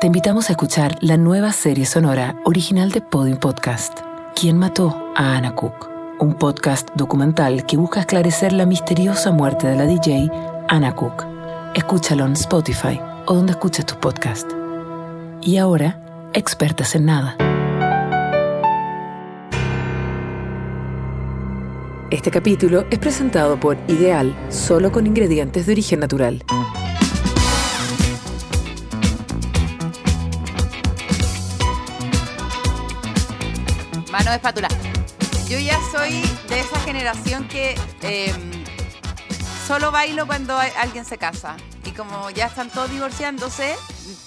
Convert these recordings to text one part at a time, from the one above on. Te invitamos a escuchar la nueva serie sonora original de Podium Podcast, ¿Quién mató a Anna Cook? Un podcast documental que busca esclarecer la misteriosa muerte de la DJ Anna Cook. Escúchalo en Spotify o donde escuches tus podcasts. Y ahora, expertas en nada. Este capítulo es presentado por Ideal, solo con ingredientes de origen natural. Mano de espátula. Yo ya soy de esa generación que eh, solo bailo cuando hay- alguien se casa. Y como ya están todos divorciándose,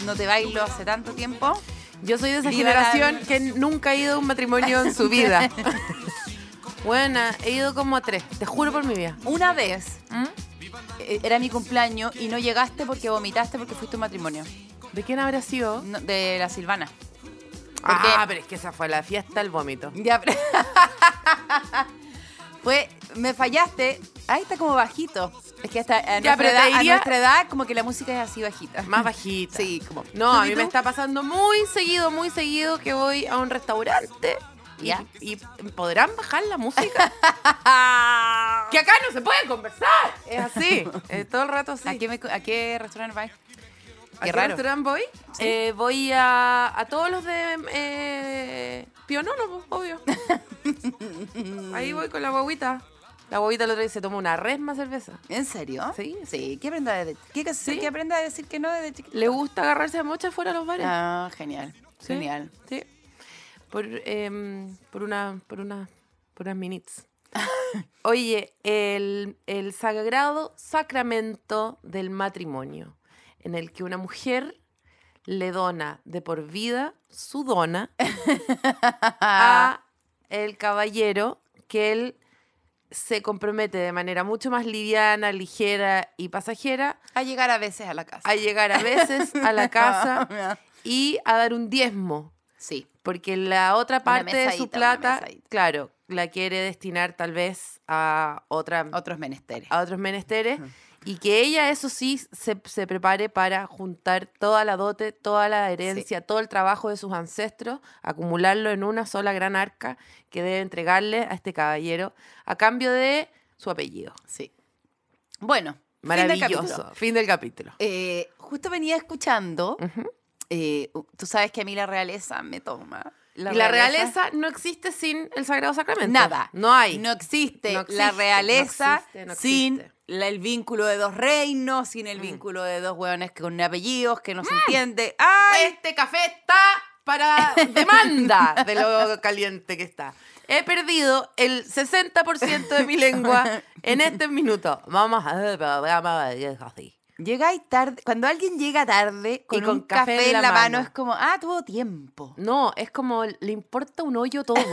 no te bailo hace tanto tiempo. Yo soy de esa Viva la- generación que nunca ha ido a un matrimonio en su vida. Buena, he ido como a tres, te juro por mi vida. Una vez eh, era mi cumpleaños y no llegaste porque vomitaste porque fuiste a un matrimonio ¿De quién habrá sido? No, de la Silvana. Ah, qué? pero es que esa fue la fiesta del vómito. Ya, pero- Fue, me fallaste. Ahí está como bajito. Es que hasta a, Ya, nuestra pero te edad, a diría- nuestra edad como que la música es así bajita. Más bajita. Sí, como. No, a ¿Y mí tú? me está pasando muy seguido, muy seguido que voy a un restaurante y, Ya. y podrán bajar la música. que acá no se puede conversar. Es así, eh, todo el rato así. ¿A qué, me- a qué restaurante vas? ¿A Qué qué raro. restaurante voy? Eh, voy a, a todos los de eh, Pionono, po, obvio. Ahí voy con la guaguita. La guaguita el otro día se tomó una resma cerveza. ¿En serio? Sí. Sí. ¿Qué aprenda de, qué, qué- Sí. qué aprenda a decir que no desde chiquita? Le gusta agarrarse a mocha fuera de los bares. Ah, genial. Sí, Genial. Sí. Por, em, por una, por una, por unas minutes. Oye, el, el sagrado sacramento del matrimonio, en el que una mujer le dona de por vida su dona a el caballero que él se compromete de manera mucho más liviana, ligera y pasajera A llegar a veces a la casa. Ah. a llegar a veces a la casa y a dar un diezmo, sí. porque la otra parte de mesadita, su una plata, mesadita. claro, la quiere destinar tal vez a, otra, Otros menesteres. a otros menesteres Ujú. y que ella, eso sí, se, se prepare para juntar toda la dote, toda la herencia, todo el trabajo de sus ancestros, acumularlo en una sola gran arca que debe entregarle a este caballero a cambio de su apellido. Sí. Bueno. fin del capítulo. Maravilloso. Fin del capítulo. Eh, justo venía escuchando. Ujú. eh, u- tú sabes que a mí la realeza me toma. y la realeza no existe sin el Sagrado Sacramento. Nada. No hay. No existe, No la existe, no realeza existe, no sin existe. la- el vínculo de dos reinos, sin el Mm. vínculo de dos hueones con apellidos que no se entiende. ¡Ay! Este café está para demanda de lo caliente que está. He perdido el 60% de mi lengua en este minuto. Vamos a ver, pero vamos a ver, así. Llegáis tarde. Cuando alguien llega tarde con, Y con un café, en la, mano, es como, ah, tuvo tiempo. No, es como le importa un hoyo todo.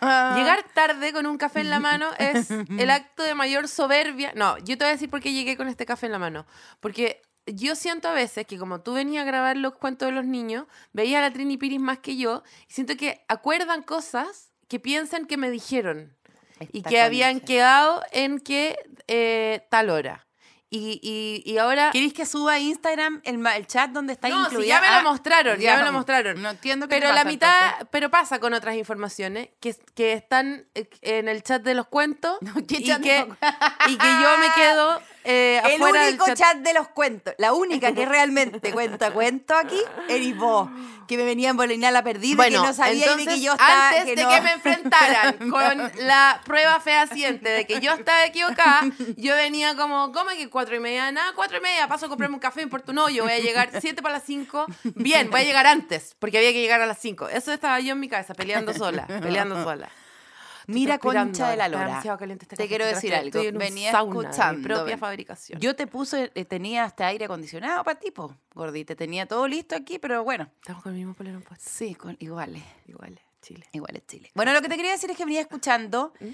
Llegar tarde con un café en la mano es el acto de mayor soberbia. No, yo te voy a decir por qué llegué con este café en la mano. Porque yo siento a veces que como tú venías a grabar los cuentos de los niños, veías a la Trini Piris más que yo, y siento que acuerdan cosas que piensan que me dijeron y Esta que habían concha. quedado en que eh, tal hora. Y, y, y ahora... ¿Queréis que suba a Instagram el, ma- el chat donde está No, si incluida? ya me Ah, lo mostraron, ya, ya. me lo mostraron. No entiendo qué te Pero la pasa, mitad, entonces. pero pasa con otras informaciones que, que están eh, en el chat de los cuentos ¿qué y, chat de que, los y que yo me quedo eh, El afuera único del chat. chat. de los cuentos, la única que realmente cuenta cuento aquí, eres vos, que me venía a embolinar la perdida y que no sabía y de que yo estaba... antes de no- que me enfrentaran con la prueba fehaciente de que yo estaba equivocada, yo venía como, ¿cómo que cuatro y media? Nada, cuatro y media, paso a comprarme un café, me importa un hoyo, voy a llegar siete para las cinco, bien, voy a llegar antes, porque había que llegar a las cinco. Eso estaba yo en mi cabeza, peleando sola, peleando sola. Mira Estoy transpirando concha de la ahora, está lora. demasiado caliente este Te café, quiero estoy decir transpirando, algo, estoy en un venía sauna de escuchando, mi propia ven. fabricación. Yo te puse, eh, tenía hasta aire acondicionado para tipo, Gordi, te tenía todo listo aquí, pero bueno. Estamos con el mismo polerón puesto. Sí, con, iguales, Igual, Chile. iguales Chile. Bueno, lo que te quería decir es que venía escuchando ¿Mm?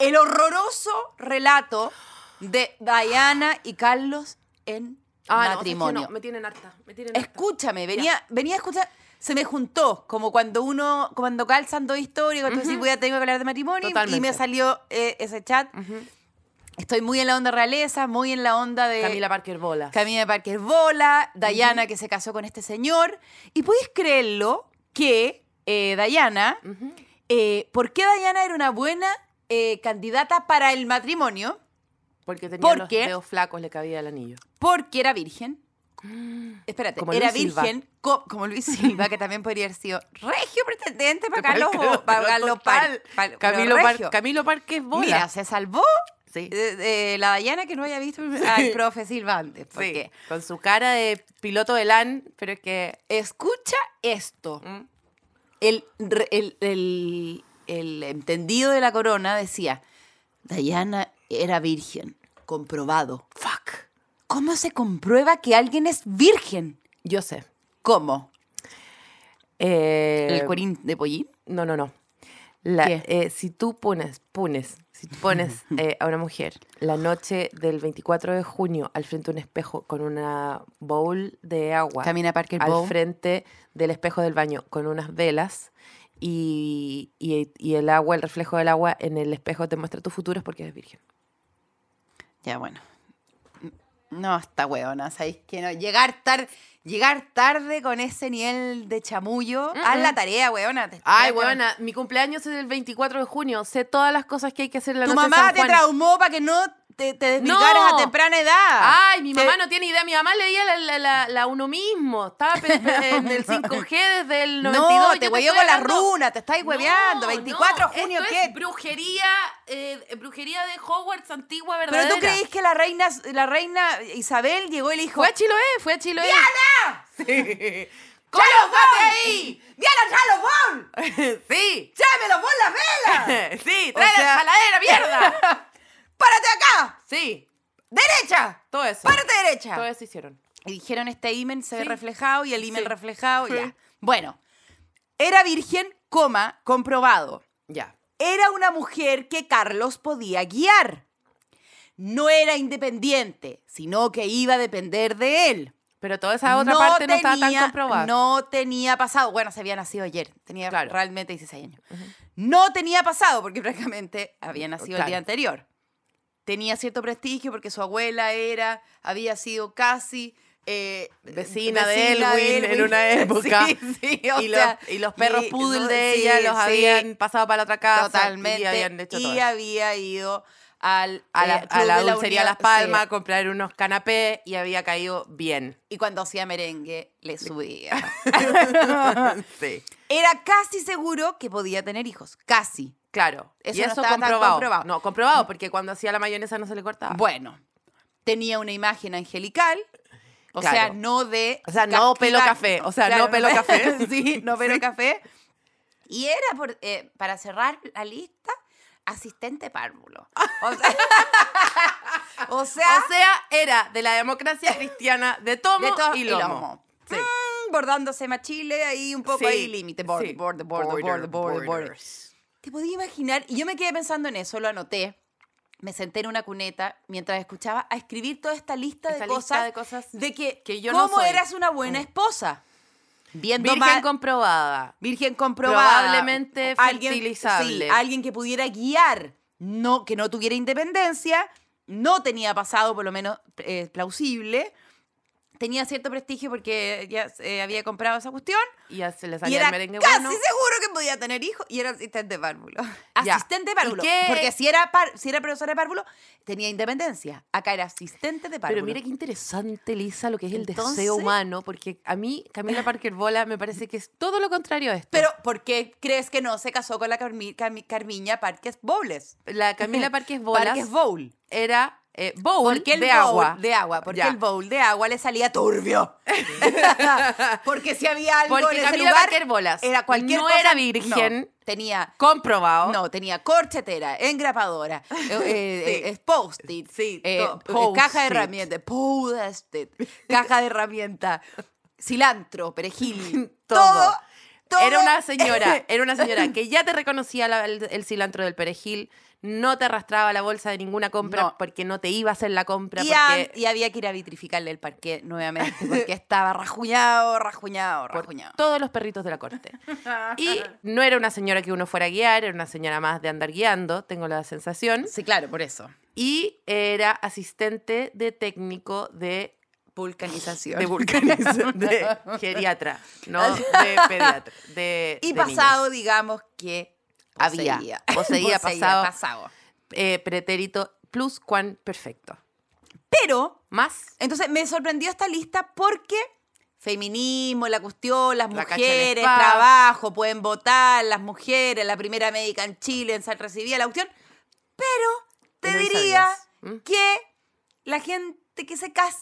el horroroso relato de Diana y Carlos en Ah, matrimonio. me tienen harta. Me tienen harta. Escúchame, venía, venía a escuchar. Se me juntó, como cuando uno, cuando calzan dos historias, cuando tú decís, voy a tener que hablar de matrimonio, y- y me Totalmente. salió eh, ese chat. Ujú. Estoy muy en la onda realeza, muy en la onda de Camila Parker Bolas. Camila Parker Bola, Dayana que se casó con este señor. Y puedes creerlo que eh, Dayana, Ujú. eh, ¿por qué Dayana era una buena eh, candidata para el matrimonio? Porque tenía ¿Por los qué? dedos flacos, le cabía el anillo. Porque era virgen. Espérate, Como era Luis Silva. virgen co- como Luis Silva, que también podría haber sido regio pretendente para Para el Carlos, Carlos- para pero Carlos total. Par- para- Camilo, pero Par- regio. Camilo Parques Bolas. Mira, se salvó sí. eh, eh, la Dayana que no haya visto al profe Silva antes. Sí, Porque con su cara de piloto de LAN, pero es que escucha esto. mm, el, re- el, el- el entendido de la corona decía, Diana era virgen, comprobado. fuck. ¿Cómo se comprueba que alguien es virgen? Yo sé. ¿Cómo? Eh, ¿El cuerín de pollín? No, no, no. La- ¿Qué? eh, si tú pones, pones, si tú pones eh, a una mujer la noche del 24 de junio al frente de un espejo con una bowl de agua, Camina Parker al Bowl. frente del espejo del baño con unas velas y, y- y el agua, el reflejo del agua en el espejo te muestra tu futuro es porque eres virgen. Ya, bueno. No, está huevona, ¿sabéis que no? Llegar, tar- llegar tarde con ese nivel de chamullo. Haz la tarea, huevona. te- Ay, te- buena, mi cumpleaños es el 24 de junio. Sé todas las cosas que hay que hacer en la Tu noche de mamá San te Juan. traumó para que no te, te desligaras No. a temprana edad. Ay, mi Te- mamá no tiene idea. Mi mamá leía la, la, la, la uno mismo. Estaba pe- pe- en el 5G desde el 92. No, Yo te hueveó estoy con la hablando- runa, te estáis hueveando. No, 24 no, de junio, esto ¿qué? Es brujería, eh, brujería de Hogwarts antigua, verdadera. Pero tú creís que la reina, la reina Isabel llegó y le dijo: Fue a Chiloé, fue a Chiloé. ¡Diana! Sí. ¡Chalofón! ahí! ¡Diana, Chalofón! Sí. ¡Llámelo por las velas! Sí, trae O sea- la saladera, mierda. ¡Párate acá! Sí, ¡Derecha! todo eso. ¡Párate derecha! Todo eso hicieron. Y dijeron: Este imen se ve Sí. reflejado y el imen Sí. reflejado. y Sí. Ya. Bueno, era virgen, coma, comprobado. Ya. Era una mujer que Carlos podía guiar. No era independiente, sino que iba a depender de él. Pero toda esa otra parte no estaba tan comprobada. No tenía pasado. Bueno, se había nacido ayer. Tenía Claro. realmente 16 años. No tenía pasado porque francamente había nacido el Claro. día anterior. Tenía cierto prestigio porque su abuela era, había sido casi... eh, Vecina de Elwin en una época. Sí, sí, o y, sea, los, y los perros y- poodle no, de sí, ella los sí, habían pasado para la otra casa. Totalmente. Y habían hecho y todo. eso. había ido al, A la, eh, a Club la de dulcería Unión- Las Palmas sí. a comprar unos canapés y había caído bien. Y cuando hacía merengue, le subía. sí. Era casi seguro que podía tener hijos. Casi. Claro. Eso y no eso estaba tan comprobado. comprobado. No, comprobado, porque cuando hacía la mayonesa no se le cortaba. Bueno, tenía una imagen angelical, o Claro. sea, no de... O sea, no ca- pelo ca- café, o sea, no pelo café. sí, no pelo Sí. café. Y era, por, eh, para cerrar la lista, asistente párvulo. Ah. O sea, o sea, o sea, era de la democracia cristiana de tomo, de todo y lomo. Sí. Mm, bordándose Machile, ahí un poco Sí, ahí límite. Border, sí. border, border, border, border, border, borders. Te podía imaginar, y yo me quedé pensando en eso, lo anoté. Me senté en una cuneta mientras escuchaba a escribir toda esta lista, Esta de, lista cosas de cosas de que, que yo no cómo soy. Mm. eras una buena esposa. Viendo Virgen mal- comprobada. virgen comprobada. probablemente fertilizable. sí, alguien que pudiera guiar, no, que no tuviera independencia, no tenía pasado, por lo menos eh, plausible. Tenía cierto prestigio porque ya eh, había comprado esa cuestión. Y ya se le Y salía era el merengue casi bueno. seguro que podía tener hijos y era asistente párvulo. Ya. Asistente párvulo. ¿Y qué? Porque si era, par- si era profesora de párvulo, tenía independencia. Acá era asistente de párvulo. Pero mira qué interesante, Lisa, lo que es el Entonces- deseo humano, porque a mí Camila Parker Bola me parece que es todo lo contrario a esto. Pero, ¿por qué crees que no se casó con la Carmi- Carmi- Carmiña Parques Bowles? la Camila Parques Bolas Parques Bowl. era eh, bowl Porque el de bowl agua. de agua, porque Ya. el bowl de agua le salía turbio. porque si había algo Porque en ese Camila lugar, Parker Bolas era cualquier no cosa- era no, virgen, tenía comprobado. No, tenía corchetera, engrapadora, eh, eh, eh, post-it, Sí, eh, to- eh, post-it. caja de herramientas, post-it, caja de herramientas, cilantro, perejil, Todo. todo. todo Era una señora, era una señora que ya te reconocía la- el, el cilantro del perejil, No te arrastraba la bolsa de ninguna compra No. porque no te iba a hacer la compra. Y, a- porque... y había que ir a vitrificarle el parque nuevamente porque estaba rajuñado, rajuñado, por rajuñado. todos los perritos de la corte. Y no era una señora que uno fuera a guiar, era una señora más de andar guiando, tengo la sensación. Sí, claro, por eso. Y era asistente de técnico de, Vulcanización. de, vulcaniz- de geriatra, no de pediatra. de- y de pasado, digamos que Poseía. había. Poseía, pasado. pasado. niños. Eh, pretérito plus cuan perfecto. Pero, Más entonces me sorprendió esta lista porque feminismo, la cuestión, las La cacha en mujeres, spa. trabajo, pueden votar, las mujeres, la primera médica en Chile, en San recibía la cuestión. Pero te Eloisa diría Díaz. ¿Mm? que la gente que se casa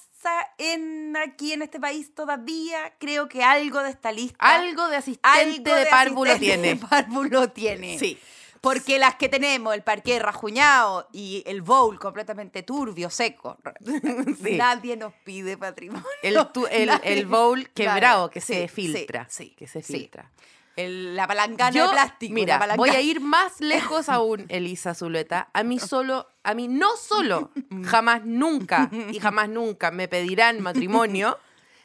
en aquí en este país todavía creo que algo de esta lista algo de asistente ¿Ah? algo de, párvulo asistente tiene. de párvulo tiene. Sí. Porque las que tenemos, el parqué rajuñado y el bowl completamente turbio, seco, Sí. nadie nos pide patrimonio. El, tu- el, Nadie- el bowl quebrado Claro, que sí, se sí, filtra. sí, que se sí. filtra. El- la palangana Yo, de plástico. Mira, la palangana- voy a ir más lejos aún, Elisa Zuleta. A mí solo, a mí no solo, Mm. jamás nunca y jamás nunca me pedirán matrimonio,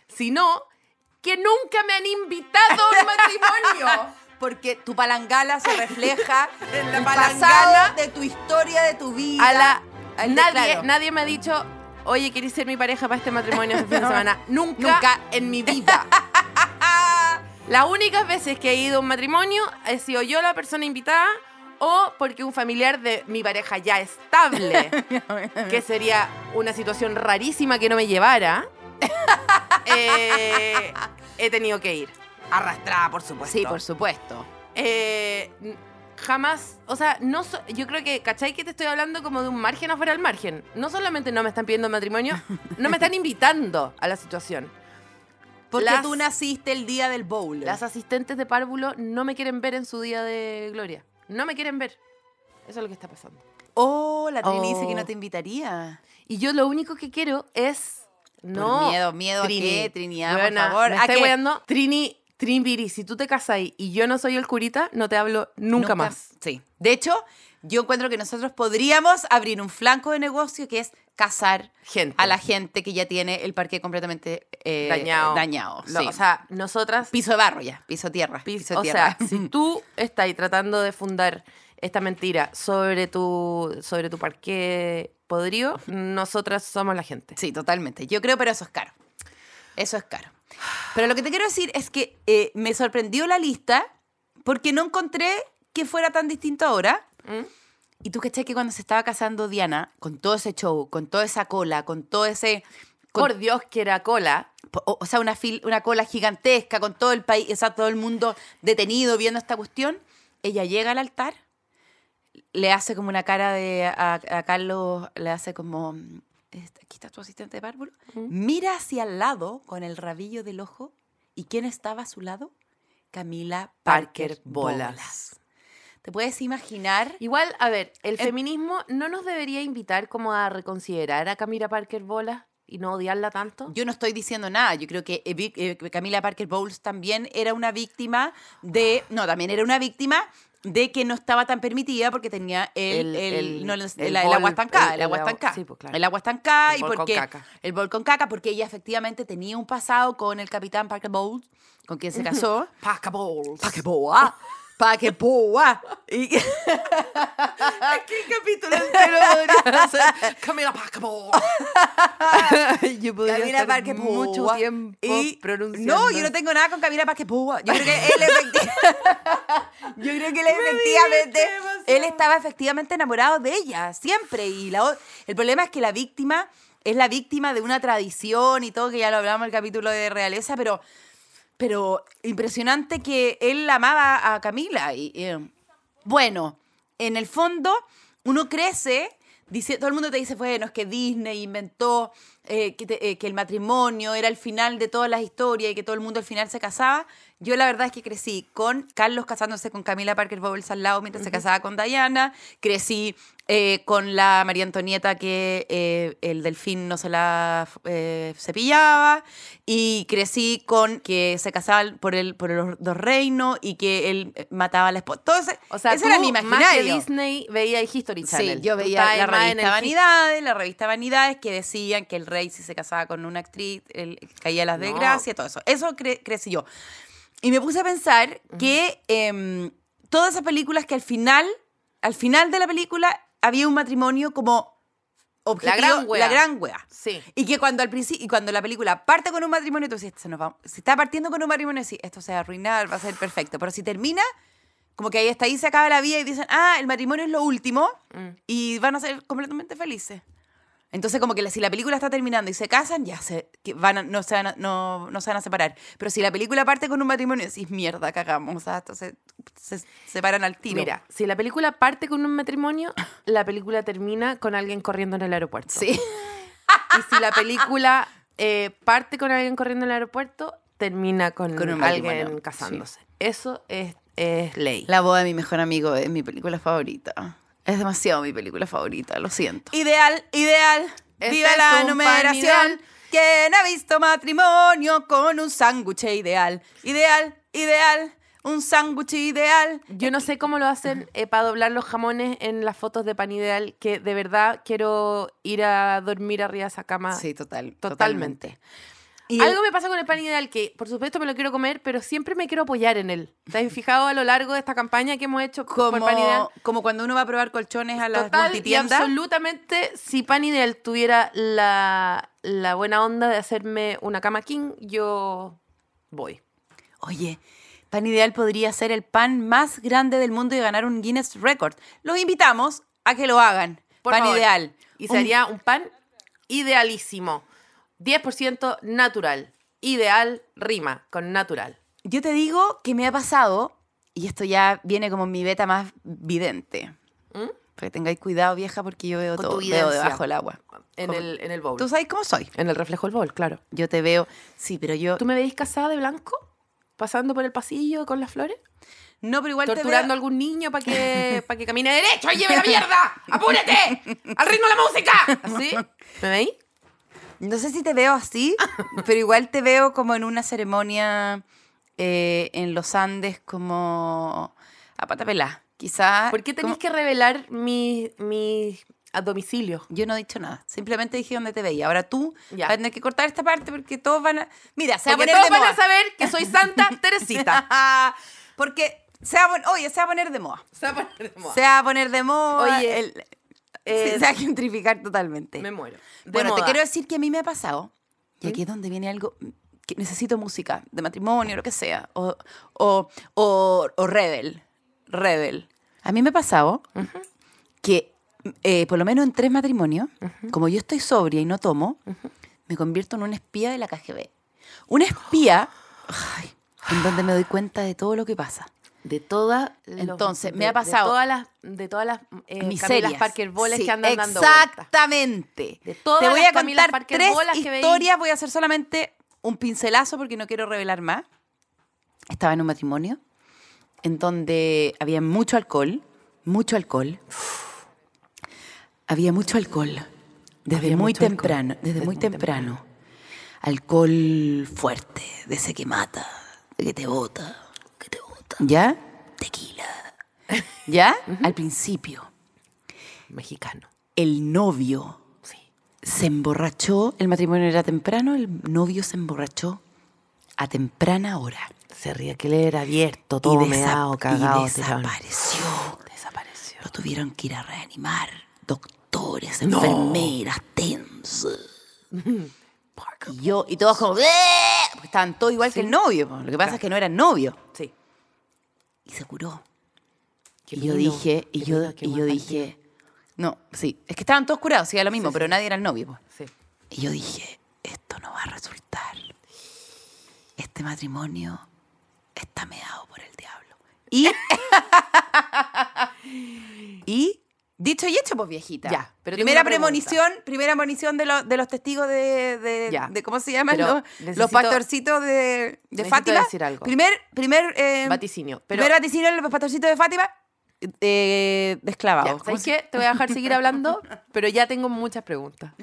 sino que nunca me han invitado a un matrimonio. Porque tu palangana se refleja en la palangana. de tu historia, de tu vida. A la, eh, Al de- nadie, claro. nadie me ha dicho, oye, ¿querés ser mi pareja para este matrimonio este fin de semana? Nunca, Nunca. en mi vida. Las únicas veces que he ido a un matrimonio he sido yo la persona invitada o porque un familiar de mi pareja ya estable que sería una situación rarísima que no me llevara, eh, he tenido que ir. Arrastrada, por supuesto. Sí, por supuesto. Eh, n- jamás, o sea, no so- yo creo que, ¿cachai que te estoy hablando como de un margen afuera del margen? No solamente no me están pidiendo matrimonio, no me están invitando a la situación. Porque Las- tú naciste el día del bowl. Las asistentes de párvulo no me quieren ver en su día de gloria. No me quieren ver. Eso es lo que está pasando. Oh, la Trini dice que Oh. no te invitaría. Y yo lo único que quiero es... No, Por miedo, miedo a qué, Trinidad, Weona, por favor. Ah, me ¿A estáis qué? weando. Trini, Trimbiri, si tú te casas ahí y yo no soy el curita, no te hablo nunca, más. Sí. De hecho, yo encuentro que nosotros podríamos abrir un flanco de negocio que es casar Gente. a la gente que ya tiene el parque completamente eh, dañado. dañado, Lo- sí. O sea, nosotras. piso de barro ya, piso tierra, pis- piso o tierra. sea, si tú estás ahí tratando de fundar esta mentira sobre tu, sobre tu parqué podrido, nosotras somos la gente. Sí, totalmente. Yo creo, pero eso es caro. Eso es caro. Pero lo que te quiero decir es que eh, me sorprendió la lista porque no encontré que fuera tan distinto ahora. ¿Mm? Y tú caché que cuando se estaba casando Diana, con todo ese show, con toda esa cola, con todo ese... con- Por Dios que era cola. po- o, o sea, una, fil- una cola gigantesca, con todo el país, o sea, todo el mundo detenido viendo esta cuestión, ella llega al altar, le hace como una cara de... A, a Carlos le hace como... "Este, Aquí está tu asistente de párvulo. Mira hacia el lado con el rabillo del ojo. ¿Y quién estaba a su lado? Camila Parker, Parker Bolas. Bolas. ¿Te puedes imaginar? Igual, a ver, el En- feminismo no nos debería invitar como a reconsiderar a Camila Parker Bola y no odiarla tanto. Yo no estoy diciendo nada. Yo creo que eh, Vic- eh, Camila Parker Bowles también era una víctima de. No, también era una víctima de que no estaba tan permitida porque tenía el, El- el, el- no, el- el la- el bol- agua estancada. el- El agua el agua- estancada. sí, pues, claro. El agua estancada El y bol con porque. caca. El bol con caca, porque ella efectivamente tenía un pasado con el capitán Parker Bowles, con quien se casó. Parker Bowles. ¡Pa' que boa! ¡Pa' que boa! Y- capítulo entero podría ser Camila Parker Bowles. yo podría Camila estar Parker mucho Boa. tiempo Y- pronunciando. No, yo no tengo nada con Camila Parker Boa. Yo creo que él efectivamente. yo creo que él efectivamente. divirtió demasiado. Él estaba efectivamente enamorado de ella, siempre. Y la, o- el problema es que la víctima es la víctima de una tradición y todo, que ya lo hablamos en el capítulo de realeza, pero. Pero impresionante que él amaba a Camila. Y, eh, y- bueno, en el fondo, uno crece. Dice, todo el mundo te dice, bueno, es que Disney inventó eh, que, te- eh, que el matrimonio era el final de todas las historias y que todo el mundo al final se casaba. Yo la verdad es que crecí con Carlos casándose con Camila Parker Bowles al lado mientras se casaba con Diana. Crecí eh, con la María Antonieta que eh, el delfín no se la eh, cepillaba y crecí con que se casaban por, el, por los dos reinos y que él eh, mataba a la esposa. Todo ese, O sea, ese tú, era mi más que imaginario. Disney veía el History Channel. Sí, yo Tú veía estabas la más en revista el His- Vanidades, la revista Vanidades, que decían que el rey si se casaba con una actriz, él caía a las No. desgracias, todo eso. Eso cre- crecí yo. Y me puse a pensar que em, todas esas películas que al final, al final de la película, había un matrimonio como objetivo, gran wea. wea. Sí. Y que cuando al principio, y cuando la película parte con un matrimonio, tú dices, se nos va- si está partiendo con un matrimonio, sí, esto se va a arruinar, va a ser perfecto. Pero si termina, como que ahí está ahí se acaba la vida y dicen, ah, el matrimonio es lo último Mm. y van a ser completamente felices. Entonces, como que la- si la película está terminando y se casan, ya se, que van a- no, se van a, no, no se van a separar. Pero si la película parte con un matrimonio, decís, mierda, cagamos. O sea, esto se, se separan al tiro. Mira, si la película parte con un matrimonio, la película termina con alguien corriendo en el aeropuerto. Sí. Y si la película eh, parte con alguien corriendo en el aeropuerto, termina con, Con un alguien matrimonio, casándose. Eso es, es ley. La boda de mi mejor amigo es mi película favorita. Es demasiado mi película favorita, lo siento. Ideal, ideal. Este Viva es la un pan numeración. ideal. ¿Quién ha visto matrimonio con un sándwich ideal? Ideal, ideal. Un sándwich ideal. Yo no sé cómo lo hacen para doblar los jamones en las fotos de Pan Ideal, que de verdad quiero ir a dormir arriba de esa cama. total, Ah, totalmente. Y Algo me pasa con el pan ideal que, por supuesto, me lo quiero comer, pero siempre me quiero apoyar en él. ¿Te has fijado a lo largo de esta campaña que hemos hecho por pan ideal? como, como cuando uno va a probar colchones a las Total y multitiendas. absolutamente, si Pan Ideal tuviera la, la buena onda de hacerme una cama king, yo voy. Oye, Pan Ideal podría ser el pan más grande del mundo y ganar un Guinness Record. Los invitamos a que lo hagan. Por pan favor. Ideal. Y Un- sería un pan idealísimo. 10% natural. Ideal rima con natural. Yo te digo que me ha pasado, y esto ya viene como mi beta más vidente. ¿Mm? Porque tengáis cuidado, vieja, porque yo veo Con todo, tu veo videncia. debajo del agua. En Como- el, en el bowl. ¿Tú sabes cómo soy? En el reflejo del bowl, claro. Yo te veo, sí, pero yo... ¿Tú me veis casada de blanco? ¿Pasando por el pasillo con las flores? No, pero igual te ¿Torturando a algún niño para que, pa' que camine derecho? ¡Oye, ve la mierda! ¡Apúrate! ¡Al ritmo de la música! ¿Así? ¿Me veis? veo... No sé si te veo así, pero igual te veo como en una ceremonia eh, en los Andes como a pata pelá. Quizás... ¿Por qué tenéis que revelar mi, mi a domicilio? Yo no he dicho nada, simplemente dije dónde te veía. Ahora tú Ya. vas a tener que cortar esta parte porque todos van a... Mira, se va a Porque poner todos de van moda. a saber que soy Santa Teresita. Teresita. Porque se va a pon- oye, se va a poner de moda. Se va a poner de moda. Se va a poner de moda. Oye, el- eh, se va a gentrificar totalmente. Me muero. De bueno, moda. ¿Mm? te quiero decir que a mí me ha pasado, y aquí es donde viene algo mm, que necesito música, de matrimonio, lo que sea, o, o, o, o rebel, rebel. A mí me ha pasado que, eh, por lo menos en tres matrimonios, como yo estoy sobria y no tomo, me convierto en una espía de la KGB. Una espía ay, en donde me doy cuenta de todo lo que pasa. De todas los- Entonces, me de- ha pasado- De todas las, de todas las eh, miserias. Camilas Parker Boles Sí, que andan dando vueltas. Exactamente. De todas Te voy las a Camilas contar Parker tres Bolas que veí. historias. Voy a hacer solamente un pincelazo porque no quiero revelar más. Estaba en un matrimonio en donde había mucho alcohol, mucho alcohol. Había mucho alcohol desde Había muy mucho alcohol, temprano, desde, muy, temprano. Alcohol fuerte, de ese que mata, de que te bota, que te bota. ¿Ya? Tequila. ¿Ya? Al principio Mexicano. el novio Sí. se emborrachó, el matrimonio era temprano, el novio se emborrachó a temprana hora Se ría que le era abierto, y, todo desa- meado, y cagado, tirado. desapareció. Desapareció. Lo tuvieron que ir a reanimar doctores, enfermeras, TENS. Y yo, y todos como, "Bleh", porque estaban todos igual que el novio, po. lo que pasa es que no eran novio. Sí. Y se curó. Qué y yo lindo, dije, y qué yo, lindo, qué y buen yo partido. dije, no, sí, es que estaban todos curados, sí, era lo mismo, pero nadie era el novio. po. Sí. Y yo dije, esto no va a resultar. Este matrimonio está meado por el diablo. Y, y dicho y hecho, pues viejita. Ya, pero tengo primera una pregunta. premonición, primera premonición de, los de los testigos de, de, Ya. de- ¿cómo se llaman? Pero Los, necesito- los pastorcitos de, de necesito Fátima. decir algo. Primer, primer, eh, Em, Vaticinio. Pero primer vaticinio de los pastorcitos de Fátima. eh, de esclavado. Ya, ¿sabes qué? Te voy a dejar seguir hablando, pero ya tengo muchas preguntas.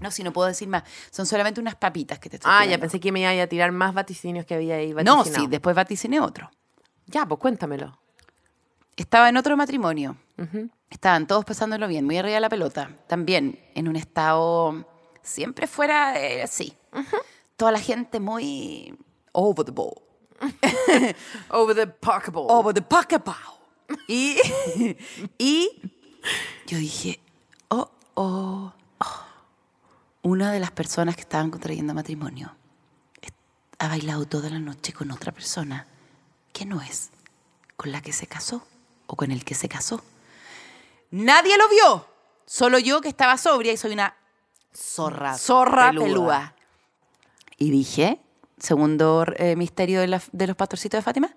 No, si no puedo decir más. Son solamente unas papitas que te estoy Ah, ya tirando. pensé que me iba a tirar más vaticinios que había ahí. No, vaticinado. sí, después vaticiné otro. Ya, pues cuéntamelo. Estaba en otro matrimonio. Ujú. Estaban todos pasándolo bien, muy arriba de la pelota. También en un estado siempre fuera eh, así. Toda la gente muy over the ball. Over the pocketball. Over the pocketball. Y, y yo dije, oh, oh, oh. Una de las personas que estaban contrayendo matrimonio es- ha bailado toda la noche con otra persona que no es con la que se casó o con el que se casó. Nadie lo vio, solo yo que estaba sobria y soy una zorra, Zorra pelúa. pelúa. Y dije, segundo eh, misterio de, la- de los pastorcitos de Fátima,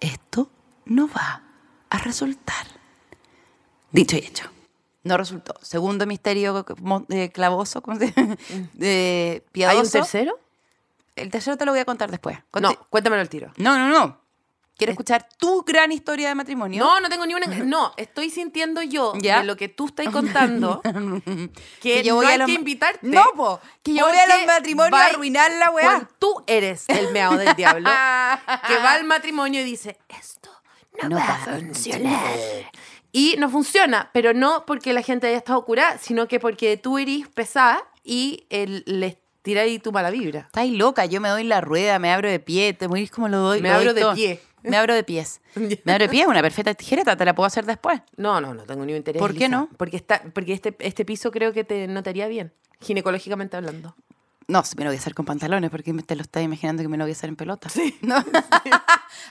esto no va a resultar. Dicho y hecho. No resultó. Segundo misterio mo- eh, clavoso, ¿cómo se dice? Eh, ¿Hay piadoso. un tercero? El tercero te lo voy a contar después. Conti- No, Eh. cuéntamelo al tiro. no, no, no. ¿Quieres escuchar tu gran historia de matrimonio? No, no tengo ni una. No, estoy sintiendo yo Ya. de lo que tú estás contando que, yo no voy a hay los que ma- invitarte. No, po, que yo voy a los porque matrimonios a va- arruinar la weá. cuando Tú eres el meado del diablo que va al matrimonio y dice: Esto no, No va, va a a funcionar. Y no funciona, pero no porque la gente haya estado curada, sino que porque tú eres pesada y el- les tiráis tu mala vibra. Estás loca, yo me doy la rueda, me abro de pie, te morís como lo doy. Me lo doy abro de todo. pie. Me abro de pies. Ya. Me abro de pies, una perfecta tijereta, te la puedo hacer después. No, no, no tengo ningún interés. ¿Por qué Lisa, no? Porque, está, porque este, este piso creo que te notaría bien, ginecológicamente hablando. No, si me lo voy a hacer con pantalones, porque te lo estás imaginando que me lo voy a hacer en pelota. Sí.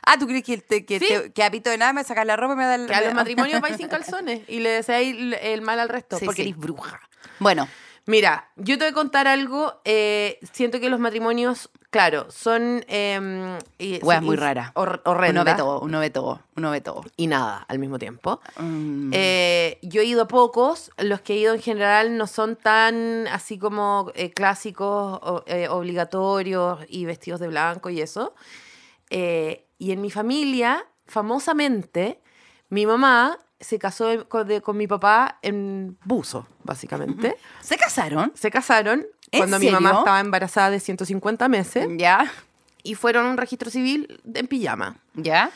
ah, ¿tú crees que, te- que, Sí. te- que a pito de nada me sacas la ropa y me da el... Que a los me- matrimonios vais sin calzones y le deseáis el, el mal al resto Sí, porque sí. eres bruja. Bueno, Mira, yo te voy a contar algo. eh, siento que los matrimonios, claro, son. Eh, y- Weas son muy ins- raras. hor- horrendas uno ve todo, uno ve todo, uno ve todo. Y nada al mismo tiempo. Mm. Eh, yo he ido a pocos, los que he ido en general no son tan así como eh, clásicos, o- eh, obligatorios y vestidos de blanco y eso. Eh, y en mi familia, famosamente, mi mamá se casó en- con, de- con mi papá en buzo, básicamente. ¿Se casaron? Se casaron ¿En cuando mi serio? Mm. mamá estaba embarazada de 150 meses Ya, y fueron a un registro civil en pijama ya.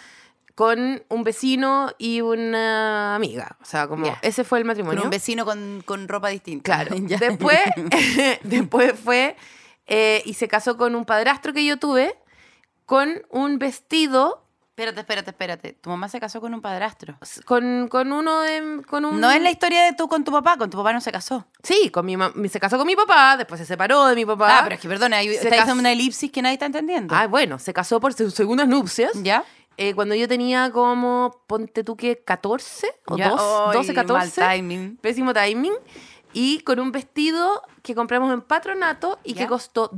con un vecino y una amiga. O sea, como Ya. ese fue el matrimonio. Con un vecino con, con ropa distinta. Claro. Ya. Después, después fue eh, y se casó con un padrastro que yo tuve con un vestido Espérate, espérate, espérate. Tu mamá se casó con un padrastro. con, con uno de con un No es la historia de tú con tu papá, con tu papá no se casó. sí con mi mam- se casó con mi papá después se separó de mi papá Ah, pero es que perdona, hay- Se está haciendo casó- una elipsis que nadie está entendiendo. Ah, bueno se casó por sus segundas nupcias ¿Ya? eh, cuando yo tenía como ponte tú que 14 o Ya. dos- Ay, 12 Mal 14 timing. pésimo timing y con un vestido que compramos en patronato y que Ya. costó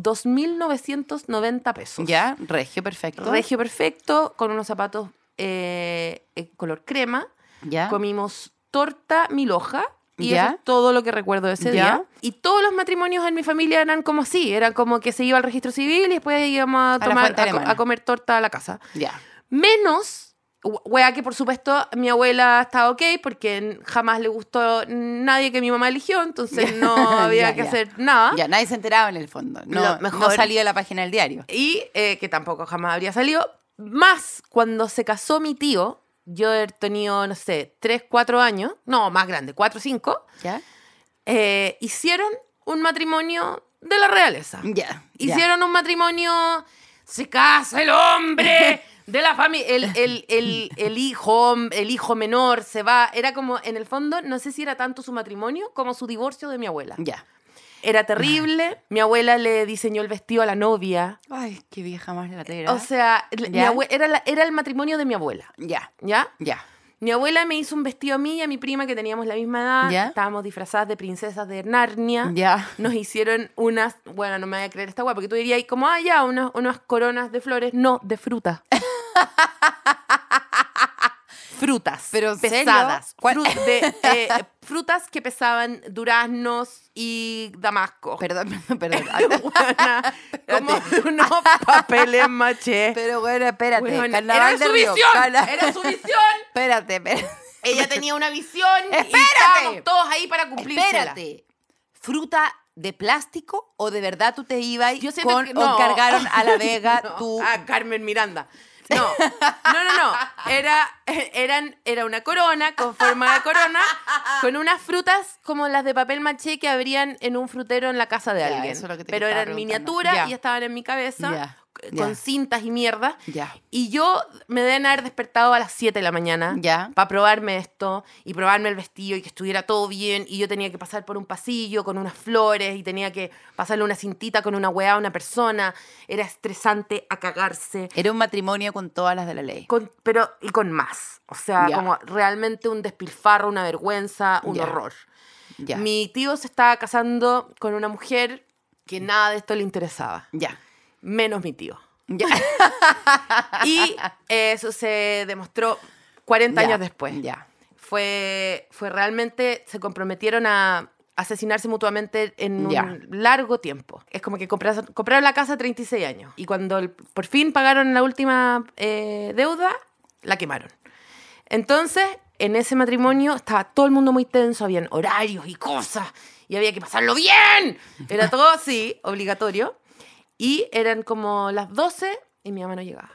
2.990 pesos. Ya, regio, perfecto. Regio perfecto, con unos zapatos eh, eh, color crema. Ya. Comimos torta mil hoja. Y Ya. eso es todo lo que recuerdo de ese Ya. día. Y todos los matrimonios en mi familia eran como así. Era como que se iba al registro civil y después íbamos a, la tomar, fuente a, co- alemana. a comer torta a la casa. Ya. Menos, hue- wea que por supuesto mi abuela estaba ok porque n- jamás le gustó nadie que mi mamá eligió, entonces no había Ya, que ya. hacer nada. Ya, nadie se enteraba en el fondo. No, Lo no mejor- salía de la página del diario. Y eh, que tampoco jamás habría salido. Más cuando se casó mi tío, yo he tenido, no sé, 3, 4 años, no, más grande, 4, 5, ¿Ya? hicieron un matrimonio de la realeza. Ya. Hicieron un matrimonio, se casa el hombre de la familia, el, el- el- el hijo, el hijo menor se va. Era como, en el fondo, no sé si era tanto su matrimonio como su divorcio de mi abuela. Ya. Era terrible, mi abuela le diseñó el vestido a la novia. Ay, qué vieja más latera. O sea, l- mi ¿Ya? abue- era, la- era el matrimonio de mi abuela, ya, ¿ya? ya. Mi abuela me hizo un vestido a mí y a mi prima que teníamos la misma edad. ¿Ya? Estábamos disfrazadas de princesas de Narnia. Ya. Nos hicieron unas, bueno, no me voy a creer esta guapa, porque tú dirías, ahí como, ah, ya, unas, unas coronas de flores, no, de fruta. frutas Pero, ¿en serio? pesadas. ¿Cuál- Fru- de, eh, frutas que pesaban duraznos y damasco. Perdón, perdón, perdón. Weona, como unos papeles maché. Pero bueno, espérate. Weona, Carnaval era de su Río, visión, carna- era su visión. Espérate, espérate. Ella tenía una visión y Espérate. estábamos todos ahí para cumplírsela. Espérate. ¿Fruta de plástico o de verdad tú te ibas Yo siento con que no. o cargaron a la vega No, tú? a Carmen Miranda. No, no, no, no. Era, eran, era una corona con forma de corona con unas frutas como las de papel maché que abrían en un frutero en la casa de Ya, alguien. eso es lo que te Pero estaba eran preguntando. miniaturas Ya. y estaban en mi cabeza Ya, c- ya. con cintas y mierda. Ya. Y yo me deben haber despertado a las 7 de la mañana Ya. para probarme esto y probarme el vestido y que estuviera todo bien. Y yo tenía que pasar por un pasillo con unas flores y tenía que pasarle una cintita con una weá a una persona. Era estresante a cagarse. Era un matrimonio con todas las de la ley. Con- pero, y con más. O sea, Ya. como realmente un despilfarro, una vergüenza, un Ya. horror. Ya. Mi tío se estaba casando con una mujer que nada de esto le interesaba, Ya. menos mi tío. Ya. Y eso se demostró 40 Ya, años después. Ya. Fue, fue realmente, se comprometieron a asesinarse mutuamente en Ya. un largo tiempo. Es como que compraron, compraron la casa a 36 años. Y cuando el- por fin pagaron la última eh, deuda, la quemaron. Entonces, en ese matrimonio estaba todo el mundo muy tenso, habían horarios y cosas, y había que pasarlo bien. Era todo así, obligatorio. Y eran como las 12 y mi mamá no llegaba.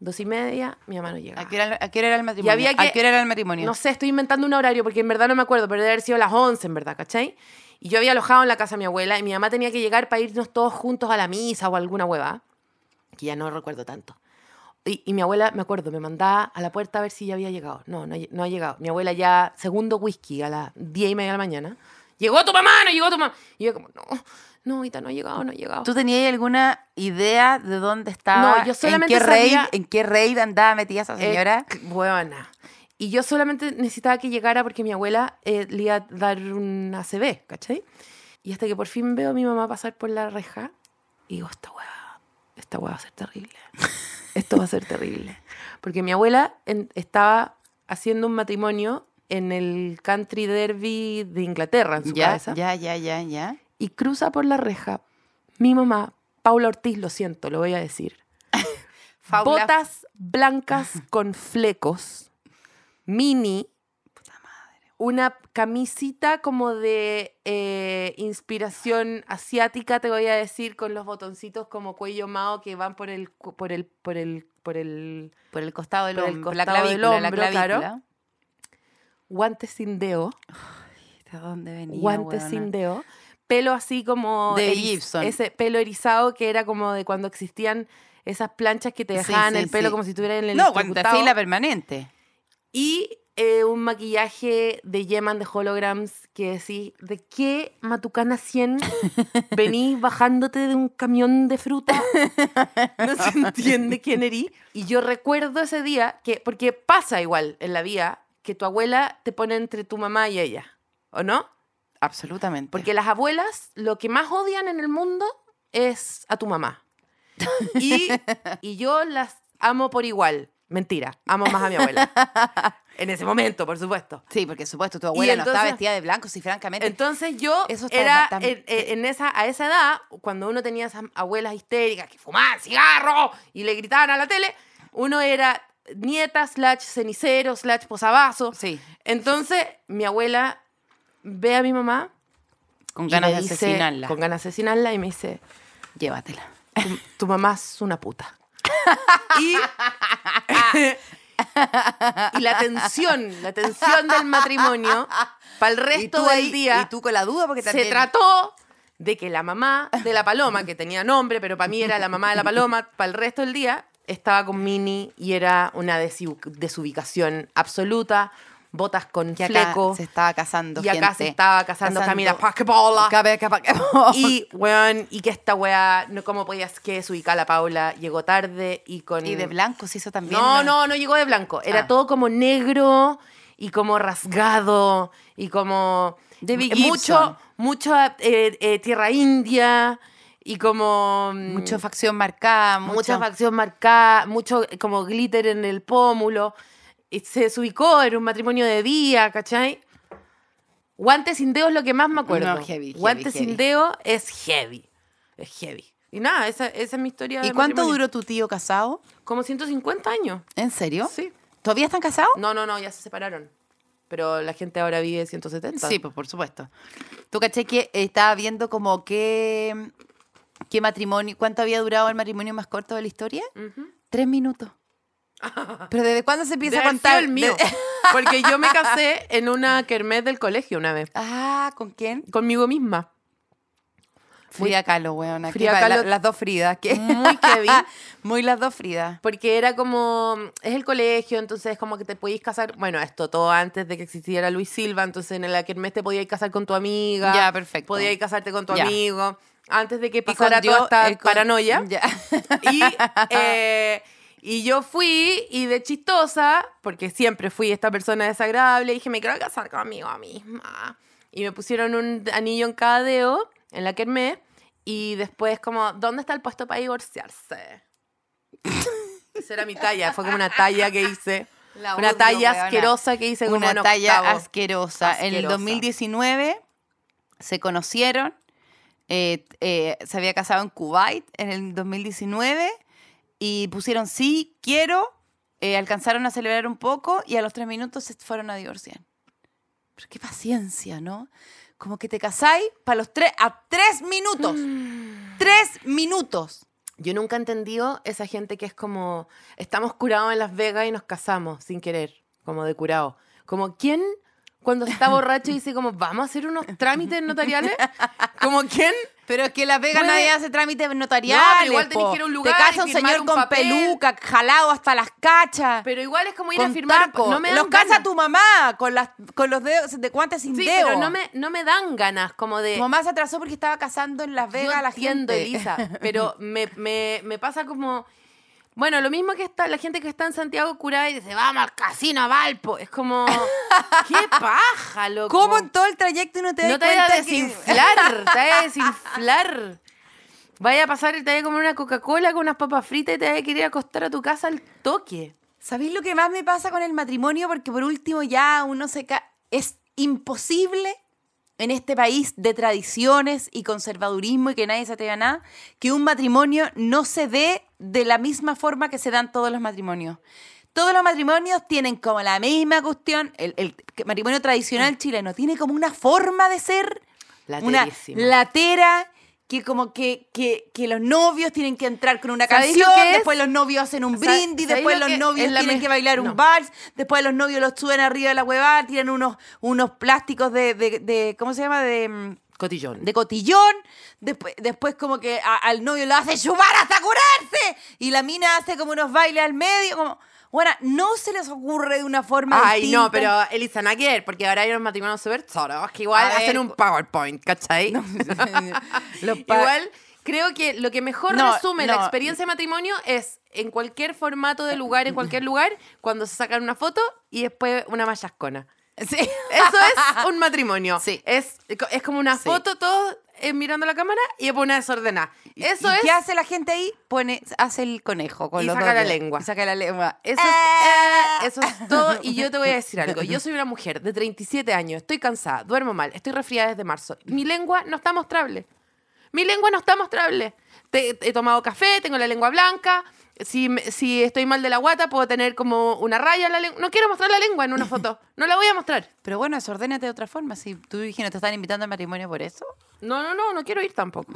Dos y media, mi mamá no llegaba. ¿A qué hora, a qué hora era el matrimonio? había que- ¿A qué hora era el matrimonio? No sé, estoy inventando un horario porque en verdad no me acuerdo, pero debe haber sido las 11, en verdad, ¿cachai? Y yo había alojado en la casa de mi abuela y mi mamá tenía que llegar para irnos todos juntos a la misa o alguna hueva, que ya no recuerdo tanto. Y, y mi abuela, me acuerdo, me mandaba a la puerta a ver si ya había llegado. No, no, ha lle- no ha llegado. Mi abuela ya, segundo whisky a las 10 y media de la mañana. Llegó tu mamá, no llegó tu mamá. Y yo como, no, no, ahorita no ha llegado, no ha llegado. ¿Tú tenías alguna idea de dónde estaba? No, yo solamente ¿En qué sabía- raid, en qué raid andaba metida esa Eh, señora? c- huevona. Y yo solamente necesitaba que llegara porque mi abuela eh, le iba a dar una CB, ¿cachai? Y hasta que por fin veo a mi mamá pasar por la reja y digo, esta hueva, esta hueva va a ser terrible. Esto va a ser terrible. Porque mi abuela en- estaba haciendo un matrimonio en el country derby de Inglaterra, en su ya, cabeza ya, ya, ya, ya. y cruza por la reja mi mamá, Paula Ortiz, lo siento, lo voy a decir. Paula. Botas blancas con flecos, mini, una camisita como de eh, inspiración asiática, te voy a decir, con los botoncitos como cuello mao que van por el, cu- por el, por el, por el Por el costado del Por el hombro, la costado del clavícula, la hombro, claro. clavícula. guante sin dedo, ¿De dónde venía, guante huevona? sin dedo, pelo así como De eriz- Gibson. ese pelo erizado que era como de cuando existían esas planchas que te Sí, dejaban sí, el pelo sí. como si tuvieran el No, cuando te electrocutado. hacía la permanente. y eh, un maquillaje de Yeman de holograms que decís, ¿de qué Matucana 100 venís bajándote de un camión de fruta? No se entiende quién erí. Y yo recuerdo ese día que, porque pasa igual en la vida, que tu abuela te pone entre tu mamá y ella, ¿o no? Absolutamente. Porque las abuelas lo que más odian en el mundo es a tu mamá. Y, y yo las amo por igual. Mentira, amo más a mi abuela. En ese momento, por supuesto. Sí, porque supuesto, tu abuela no estaba entonces- vestida de blanco, si francamente. Entonces yo e-, Eso está era tan- en, en- en esa, a esa edad, cuando uno tenía esas abuelas histéricas que fumaban cigarro y le gritaban a la tele, uno era nieta, slash cenicero, slash posavasos. sí, Entonces mi abuela ve a mi mamá con y ganas me de dice- asesinarla. Con ganas de asesinarla y me dice, Llévatela. tu, tu mamá es una puta. Y, y la tensión, la tensión del matrimonio, para el resto del día, Y tú con la duda, porque se también- trató de que la mamá de la paloma, que tenía nombre, pero para mí era la mamá de la paloma, para el resto del día, estaba con Mini y era una desiu- desubicación absoluta, botas con que acá fleco, se estaba casando y acá se gente. estaba casando Casando- Camila Pasquepola. Cabe- capa- capa- Y, weón, y que esta weá, no, ¿cómo podías que desubicar a la Paula? Llegó tarde y con... Y de blanco se hizo también. No, una- no, no llegó de blanco. Era Ah. todo como negro y como rasgado y como... Debbie eh, Gibson. Mucho, mucho eh, eh, tierra india y como... mm, Mucho facción marcada, mucho. mucha facción marcada, mucho eh, como glitter en el pómulo. y se desubicó, era un matrimonio de día, ¿cachai? Guantes sin dedos es lo que más me acuerdo. No, heavy, heavy, Guantes heavy. sin dedos es heavy. Es heavy. Y nada, esa, esa es mi historia. ¿Y de cuánto matrimonio. duró tu tío casado? Como 150 años. ¿En serio? Sí. ¿Todavía están casados? No, no, no, ya se separaron. Pero la gente ahora vive 170. Sí, pues por supuesto. Tú caché que estaba viendo como qué, qué matrimonio, cuánto había durado el matrimonio más corto de la historia. Tres minutos. Pero ¿desde cuándo se empieza Debe a haber contar? sido el mío. De- Porque yo me casé en una kermés del colegio una vez. ah, ¿con quién? Conmigo misma. Frida Kahlo, weona. Frida Qué pa- la- Kahlo- las dos Fridas. que- Muy heavy. Muy las dos Fridas. Porque era como, es el colegio, entonces como que te podías casar, bueno, esto todo antes de que existiera Luis Silva, entonces en la kermés te podías casar con tu amiga. Ya, perfecto. Podías casarte con tu Ya. amigo. Antes de que Y con pasara Dios, toda esta eh, con- paranoia. Ya. Y, eh, y yo fui y de chistosa, porque siempre fui esta persona desagradable, dije, me quiero casar conmigo misma. Y me pusieron un anillo en cada dedo, en la kermé, y después como, ¿dónde está el puesto para divorciarse? Esa era mi talla, fue como una talla que hice. La una odio, talla Ah, weona. asquerosa que hice como Una en talla octavo. asquerosa. En el Asquerosa. 2019 se conocieron. eh, eh, se había casado en Kuwait en el 2019 y pusieron sí, quiero. eh, alcanzaron a celebrar un poco y a los tres minutos se fueron a divorciar. Pero qué paciencia, ¿no? Como que te casáis para los tres, a tres minutos. Tres minutos. Yo nunca he entendido esa gente que es como, estamos curados en Las Vegas y nos casamos sin querer, como de curado. Como, ¿quién cuando está borracho dice como, vamos a hacer unos trámites notariales? Como, ¿quién? Pero es que en Las Vegas Puede- nadie hace trámites notariales. No, pero igual tenés po. que ir a un lugar Te y casa un firmar señor un con papel. peluca, jalado hasta las cachas. Pero igual es como ir a con firmar. taco. No me dan Los casa ganas. tu mamá con, las, con los dedos de guantes sin Sí, dedo. pero no me, no me dan ganas, como de... Tu mamá se atrasó porque estaba casando en Las Vegas yo a la entiendo, gente. Elisa, pero me, me- me pasa como... Bueno, lo mismo que está la gente que está en Santiago curada y dice, vamos al casino a Valpo. Es como, qué paja, loco. ¿Cómo en todo el trayecto no te no das te vayas cuenta a que- desinflar, te vayas a desinflar. Vaya a pasar y te vaya a comer una Coca-Cola con unas papas fritas y te vaya a querer acostar a tu casa al toque. ¿Sabéis lo que más me pasa con el matrimonio? Porque por último ya uno se... ca- Es imposible en este país de tradiciones y conservadurismo y que nadie se atreva a nada, que un matrimonio no se dé de la misma forma que se dan todos los matrimonios. Todos los matrimonios tienen como la misma cuestión, el, el matrimonio tradicional chileno tiene como una forma de ser, Laterísimo. una latera, que como que, que, que los novios tienen que entrar con una ¿Sabéis lo canción, que es? después los novios hacen un O sea, brindis, ¿sabéis después lo los que novios es la tienen mej- que bailar un No. vals, después los novios los suben arriba de la huevada, tiran unos, unos plásticos de, de- de- ¿cómo se llama? De, mm, Cotillón. de cotillón, después, después como que a- al novio lo hace chupar hasta curarse, y la mina hace como unos bailes al medio, como, bueno, no se les ocurre de una forma Ay, no, distinta. pero Elisa Nakier, porque ahora hay unos matrimonios súper choros que igual A ver, hacen un po- PowerPoint, ¿cachai? eh, Los pa- Igual creo que lo que mejor No, resume no. la experiencia de matrimonio es en cualquier formato de lugar, en cualquier lugar, cuando se sacan una foto y después una machascona. Sí. Eso es un matrimonio. Sí. Es, es como una Sí. foto, todos eh, mirando la cámara y después una desordenada. Eso ¿Y es. ¿Qué hace la gente ahí? Pone, hace el conejo con Y los saca dos la dedos. lengua. Y saca la lengua. Eso es, eh, eso es todo. Y yo te voy a decir algo. Yo soy una mujer de 37 años. Estoy cansada, duermo mal, estoy resfriada desde marzo. Mi lengua no está mostrable. Mi lengua no está mostrable. Te- he tomado café, tengo la lengua blanca. Si, me- si estoy mal de la guata, puedo tener como una raya en la lengua. No quiero mostrar la lengua en una foto. No la voy a mostrar. Pero bueno, desordénate de otra forma. Si tú y no te están invitando al matrimonio por eso. No, no, no, no quiero ir tampoco.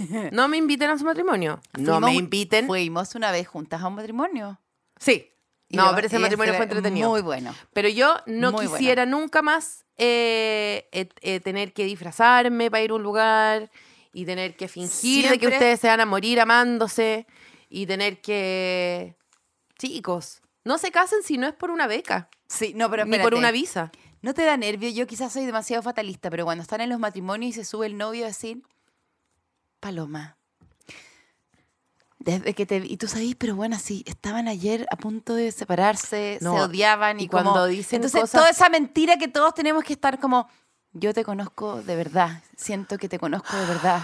No me inviten a su matrimonio. No Fuimos me un- inviten. Fuimos una vez juntas a un matrimonio. Sí. Y No, lo- pero ese y matrimonio ese- fue entretenido. Muy bueno. Pero yo no Muy buena. quisiera nunca más eh, eh, eh, tener que disfrazarme para ir a un lugar y tener que fingir de que Siempre- ustedes se van a morir amándose y tener que... Chicos, no se casen si no es por una beca Sí, no, pero ni por una visa. ¿No te da nervio? Yo quizás soy demasiado fatalista, pero cuando están en los matrimonios y se sube el novio a decir, Paloma, desde que te... vi-". Y tú sabes, pero bueno, sí, estaban ayer a punto de separarse, No, se odiaban y, y cuando como- dicen Entonces, cosas- toda esa mentira que todos tenemos que estar como, yo te conozco de verdad, siento que te conozco de verdad.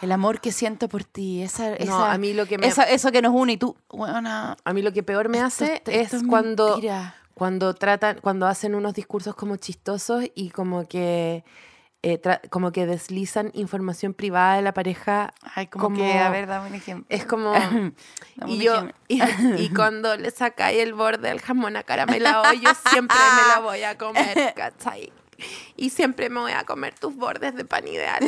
El amor que siento por ti, esa, esa- a mí lo que me- esa- eso que nos une y tú, bueno, A mí lo que peor me hace es cuando... cuando tratan, cuando hacen unos discursos como chistosos y como que eh, tra- como que deslizan información privada de la pareja. Ay, como, Como- que, a ver, dame un ejemplo. Es como Dame y un yo ejemplo. y, y cuando le sacáis el borde al jamón acaramelado, yo siempre me la voy a comer, ¿cachai? Y siempre me voy a comer tus bordes de pan ideal.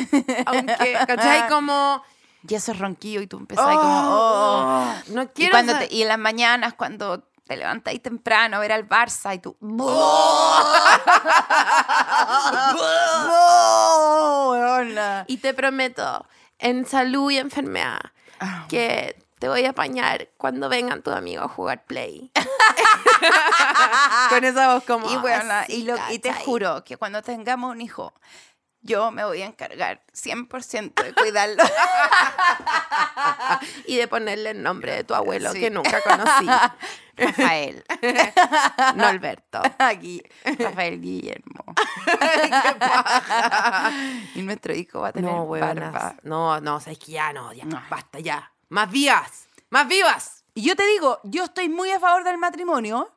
Aunque, ¿cachai? Como Y eso es ronquillo y tú empezás ahí como... "Oh". "Oh, no Y, quiero cuando sa- te- y en las mañanas cuando te levantáis temprano a ver al Barça y tú... Y te prometo, en salud y enfermedad, Ah, que te voy a apañar cuando vengan tus amigos a jugar play. Con esa voz como. Y bueno, así, y, lo- y te ¿cachai? juro que cuando tengamos un hijo, yo me voy a encargar 100% de cuidarlo. Y de ponerle el nombre de tu abuelo Sí. que nunca conocí. Rafael. No Alberto. Aquí, Rafael Guillermo. y nuestro hijo va a tener No, barba. huevonas. No, no, sabes que ya no, ya. No. Basta ya. Más vivas. Más vivas. Y yo te digo, yo estoy muy a favor del matrimonio.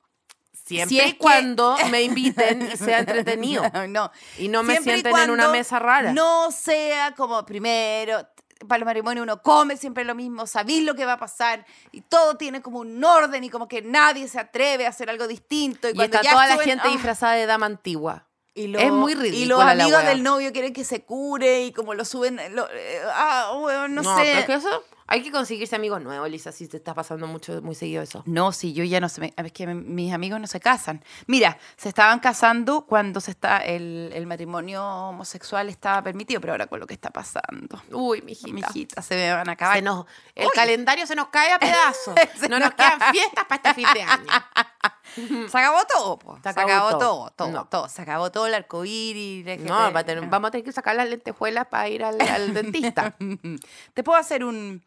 Siempre Si es y que- cuando me inviten y sea entretenido. No. Y no me Siempre y sienten en una cuando mesa rara. No sea como primero. Para el matrimonio uno come siempre lo mismo, sabéis lo que va a pasar y todo tiene como un orden y como que nadie se atreve a hacer algo distinto. Y, Y cuando está ya toda la suben- gente ¡Ah! disfrazada de dama antigua. Y lo- Es muy Y los ridícula la amigos wea. del novio quieren que se cure y como lo suben. lo- eh, ah, weón, no, sé. pero es que eso hay que conseguirse amigos nuevos, Lisa, si te está pasando mucho, muy seguido eso. No, sí, yo ya no sé. me- Es que m- mis amigos no se casan. Mira, se estaban casando cuando se está el, el matrimonio homosexual estaba permitido, pero ahora con lo que está pasando. Uy, mijita. Mijita, se me van a Se acabar. nos- el Uy. calendario se nos cae a pedazos. Se no nos- nos quedan fiestas para este fin de año. Se acabó todo, po. Se Se acabó acabó, todo. todo, todo, No. todo. Se acabó todo el arcoíris. el No, LGTB. va a tener- vamos a tener que sacar las lentejuelas para ir al, al dentista. Te puedo hacer un,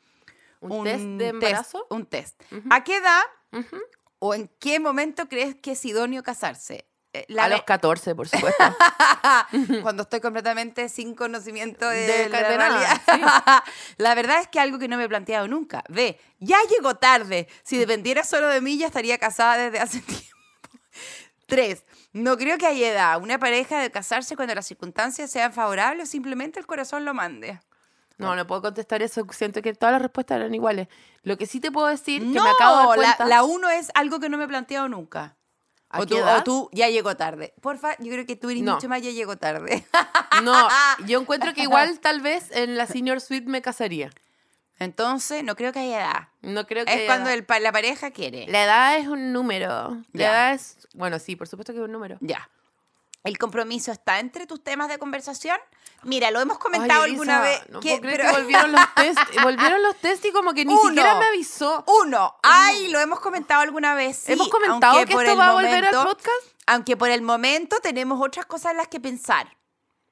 ¿Un test de embarazo? un test. ¿A qué edad o en qué momento crees que es idóneo casarse? Eh, la a ve- ah, los 14, por supuesto. cuando estoy completamente sin conocimiento de, De la la nada, realidad. La verdad es que algo que no me he planteado nunca. Ve, ya llegó tarde. Si dependiera solo de mí, ya estaría casada desde hace tiempo. Tres, no creo que haya edad. Una pareja de casarse cuando las circunstancias sean favorables o simplemente el corazón lo mande. No, no puedo contestar eso. Siento que todas las respuestas eran iguales. Lo que sí te puedo decir, que No, me acabo de dar la, cuenta. la uno es algo que no me he planteado nunca. ¿A o, qué tú, edad? o tú, ya llegó tarde. Porfa, yo creo que tú eres No. mucho más, ya llegó tarde. No, yo encuentro que igual tal vez en la senior suite me casaría. Entonces, no creo que haya edad. No creo que Es haya cuando edad. el pa- la pareja quiere. La edad es un número. La Ya. edad es. Bueno, sí, por supuesto que es un número. Ya. ¿El compromiso está entre tus temas de conversación? Mira, lo hemos comentado Ay, alguna Elisa, vez. No que- puedo creer pero- Ah, que volvieron los test. Volvieron los test y como que ni Uno. siquiera me avisó. Uno. Ay, lo hemos comentado alguna vez. sí, ¿Hemos comentado aunque que por esto el va a volver al momento- podcast? Aunque por el momento tenemos otras cosas en las que pensar.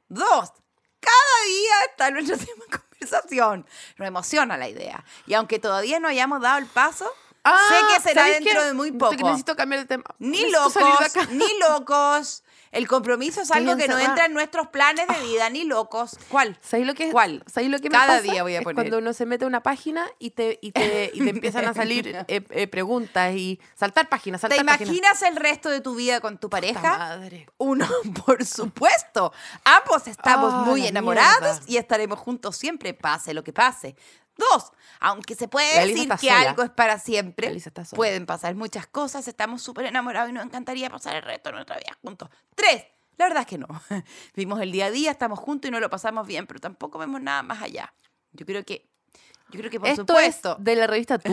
Dos. Cada día está nuestro tema de conversación. Nos emociona la idea. Y aunque todavía no hayamos dado el paso, sé que será Ah, ¿sabes dentro qué? de muy Porque poco. Necesito cambiar de tema. Ni Necesito salir de locos, acá. ni locos. El compromiso es Estoy algo que no encerrada. entra en nuestros planes de vida, ni locos. ¿Cuál? ¿Sabéis Ah. lo que es? ¿Cuál? ¿Sabéis lo que me Cada pasa? día voy a Es poner. cuando uno se mete a una página y te, y te, y te empiezan a salir eh, eh, preguntas y saltar páginas, ¿Te saltar páginas. imaginas el resto de tu vida con tu Puta pareja? madre. Uno, por supuesto. Ambos estamos Ah, muy la enamorados mierda. y estaremos juntos siempre, pase lo que pase. Dos, aunque se La puede Elisa decir está que sola. algo es para La siempre, Elisa está sola. pueden pasar muchas cosas, estamos súper enamorados y nos encantaría pasar el resto de nuestra vida juntos. Tres, la verdad es que no. Vivimos el día a día, estamos juntos y no lo pasamos bien, pero tampoco vemos nada más allá. Yo creo que, yo creo que por Esto supuesto. es de la revista Tú.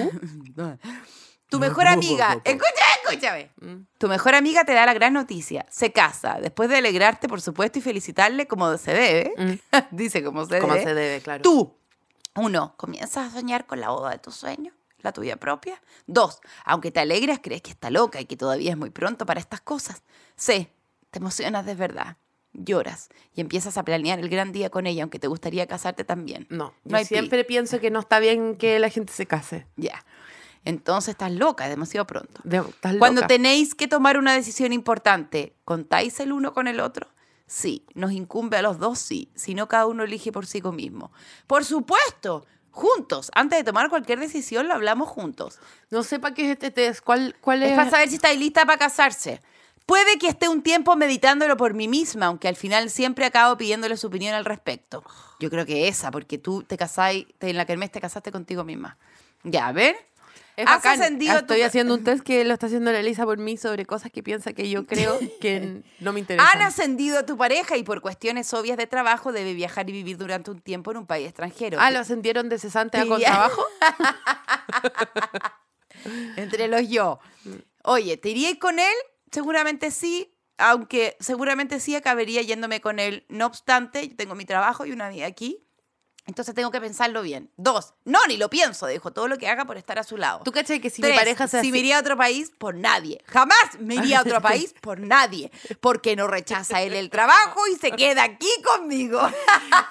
Tu mejor amiga, escúchame, escúchame. Mm. Tu mejor amiga te da la gran noticia. Se casa. Después de alegrarte, por supuesto, y felicitarle como se debe. Dice como se Mm. Como debe. se debe, claro. Tú, uno, comienzas a soñar con la boda de tus sueños, la tuya propia. Dos, aunque te alegras, crees que está loca y que todavía es muy pronto para estas cosas. C, te emocionas de verdad. Lloras y empiezas a planear el gran día con ella, aunque te gustaría casarte también. No, yo No hay pi. siempre pienso que no está bien que la gente se case. Ya. Entonces estás loca, es demasiado pronto. De- estás Cuando loca. tenéis que tomar una decisión importante, ¿contáis el uno con el otro? Sí, nos incumbe a los dos, sí, si no cada uno elige por sí mismo. Por supuesto, juntos, antes de tomar cualquier decisión lo hablamos juntos. No sé para qué es este test. ¿Cuál, cuál es? Es para saber si estáis lista para casarse. Puede que esté un tiempo meditándolo por mí misma, aunque al final siempre acabo pidiéndole su opinión al respecto. Yo creo que esa, porque tú te casáis, te- en la Kermés te casaste contigo misma. Ya, a ver. Es ¿Has bacán. ascendido Estoy tu- haciendo un test que lo está haciendo la Elisa por mí sobre cosas que piensa que yo creo que n- no me interesan. Han ascendido a tu pareja y por cuestiones obvias de trabajo debe viajar y vivir durante un tiempo en un país extranjero. Ah, lo ascendieron de cesante a Sí, con ya. trabajo. Entre los yo. Oye, ¿te iríais con él? Seguramente sí, aunque seguramente sí acabaría yéndome con él. No obstante, yo tengo mi trabajo y una vida aquí. Entonces tengo que pensarlo bien. Dos, no, ni lo pienso, dejo todo lo que haga por estar a su lado. ¿Tú cachai que si Tres, mi pareja se si me así- iría a otro país, por nadie. Jamás me iría a otro país, por nadie. Porque no rechaza él el trabajo y se queda aquí conmigo.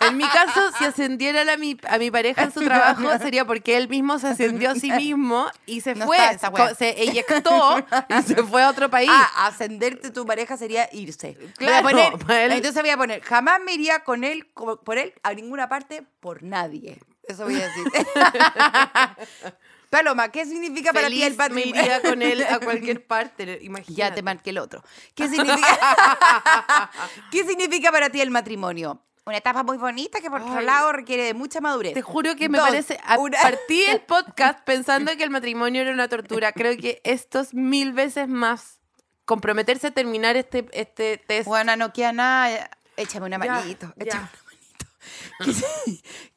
En mi caso, si ascendiera a mi, a mi pareja en su trabajo, sería porque él mismo se ascendió a sí mismo y se No fue. está esta wea. co- se eyectó y se fue a otro país. Ah, ascenderte tu pareja sería irse. Claro, Voy a poner- para él- Entonces voy a poner, jamás me iría con él, co- por él, a ninguna parte, por nadie. Eso voy a decir. Paloma, ¿qué significa para ti el Feliz me patrimonio? iría con él a cualquier parte. Imagínate. Ya te marqué el otro. ¿Qué significa, ¿Qué significa para ti el matrimonio? Una etapa muy bonita que por otro Ay. lado requiere de mucha madurez. Te juro que me Dos, parece. A, una- Partí el podcast pensando que el matrimonio era una tortura. Creo que esto es mil veces más. Comprometerse a terminar este, este test. Bueno, no queda nada. Échame una Ya, manito. ya. échame una manito. ¿Qué,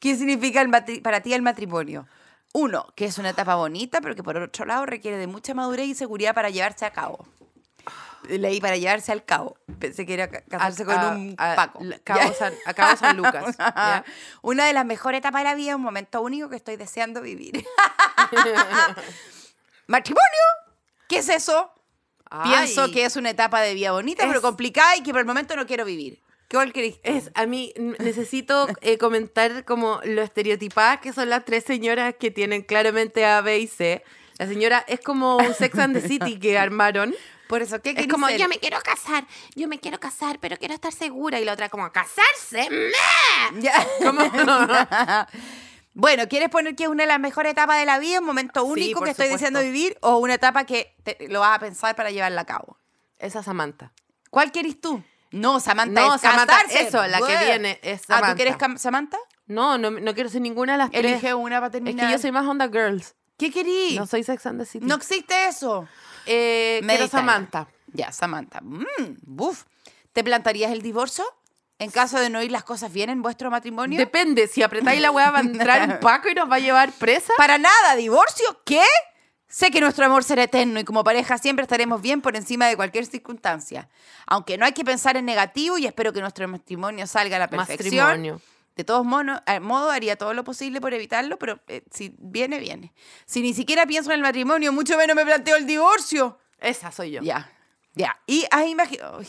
qué significa el matri- para ti el matrimonio? Uno, que es una etapa bonita, pero que por otro lado requiere de mucha madurez y seguridad para llevarse a cabo. Leí para llevarse al cabo. Pensé que era ca- casarse con a- un a- Paco. la- Cabo Ya. San, a Cabo San Lucas. ¿ya? Ah, Una de las mejores etapas de la vida, un momento único que estoy deseando vivir. ¿Matrimonio? ¿Qué es eso? Pienso Ay. que es una etapa de vida bonita, pero Es- complicada y que por el momento no quiero vivir. ¿Cuál crees? Es, a mí n- necesito eh, comentar como lo estereotipadas que son las tres señoras que tienen claramente A, B y C. La señora es como un Sex and the City que armaron. Por eso, ¿qué Es querés como, ser? yo me quiero casar, yo me quiero casar, pero quiero estar segura. Y la otra como, ¿casarse? ¡Meh! Ya. Como, Bueno, ¿quieres poner que es una de las mejores etapas de la vida, un momento Sí, único por que estoy supuesto. deseando vivir o una etapa que te- lo vas a pensar para llevarla a cabo? Esa Samantha. ¿Cuál querés tú? No, Samantha No, es Samantha, casarse. eso, la que Bueno. viene es Ah, ¿tú Samantha. quieres cam- Samantha? No, no, no quiero ser ninguna de las Elige tres. una para Es terminar. que yo soy más Onda Girls. ¿Qué querís? No soy Sex and the City. No existe eso. Eh, quiero Medítala. Samantha. Ya, Samantha. Mm, buf. ¿Te plantarías el divorcio? En caso de no ir las cosas bien en vuestro matrimonio. Depende, si apretáis la weá va a entrar un Paco y nos va a llevar presa. Para nada, divorcio, ¿qué? Sé que nuestro amor será eterno y como pareja siempre estaremos bien por encima de cualquier circunstancia. Aunque no hay que pensar en negativo y espero que nuestro matrimonio salga a la perfección. Matrimonio. De todos modos, modo haría todo lo posible por evitarlo, pero eh, si viene, viene. Si ni siquiera pienso en el matrimonio, mucho menos me planteo el divorcio. Esa soy yo. Ya, ya. Y has imaginado...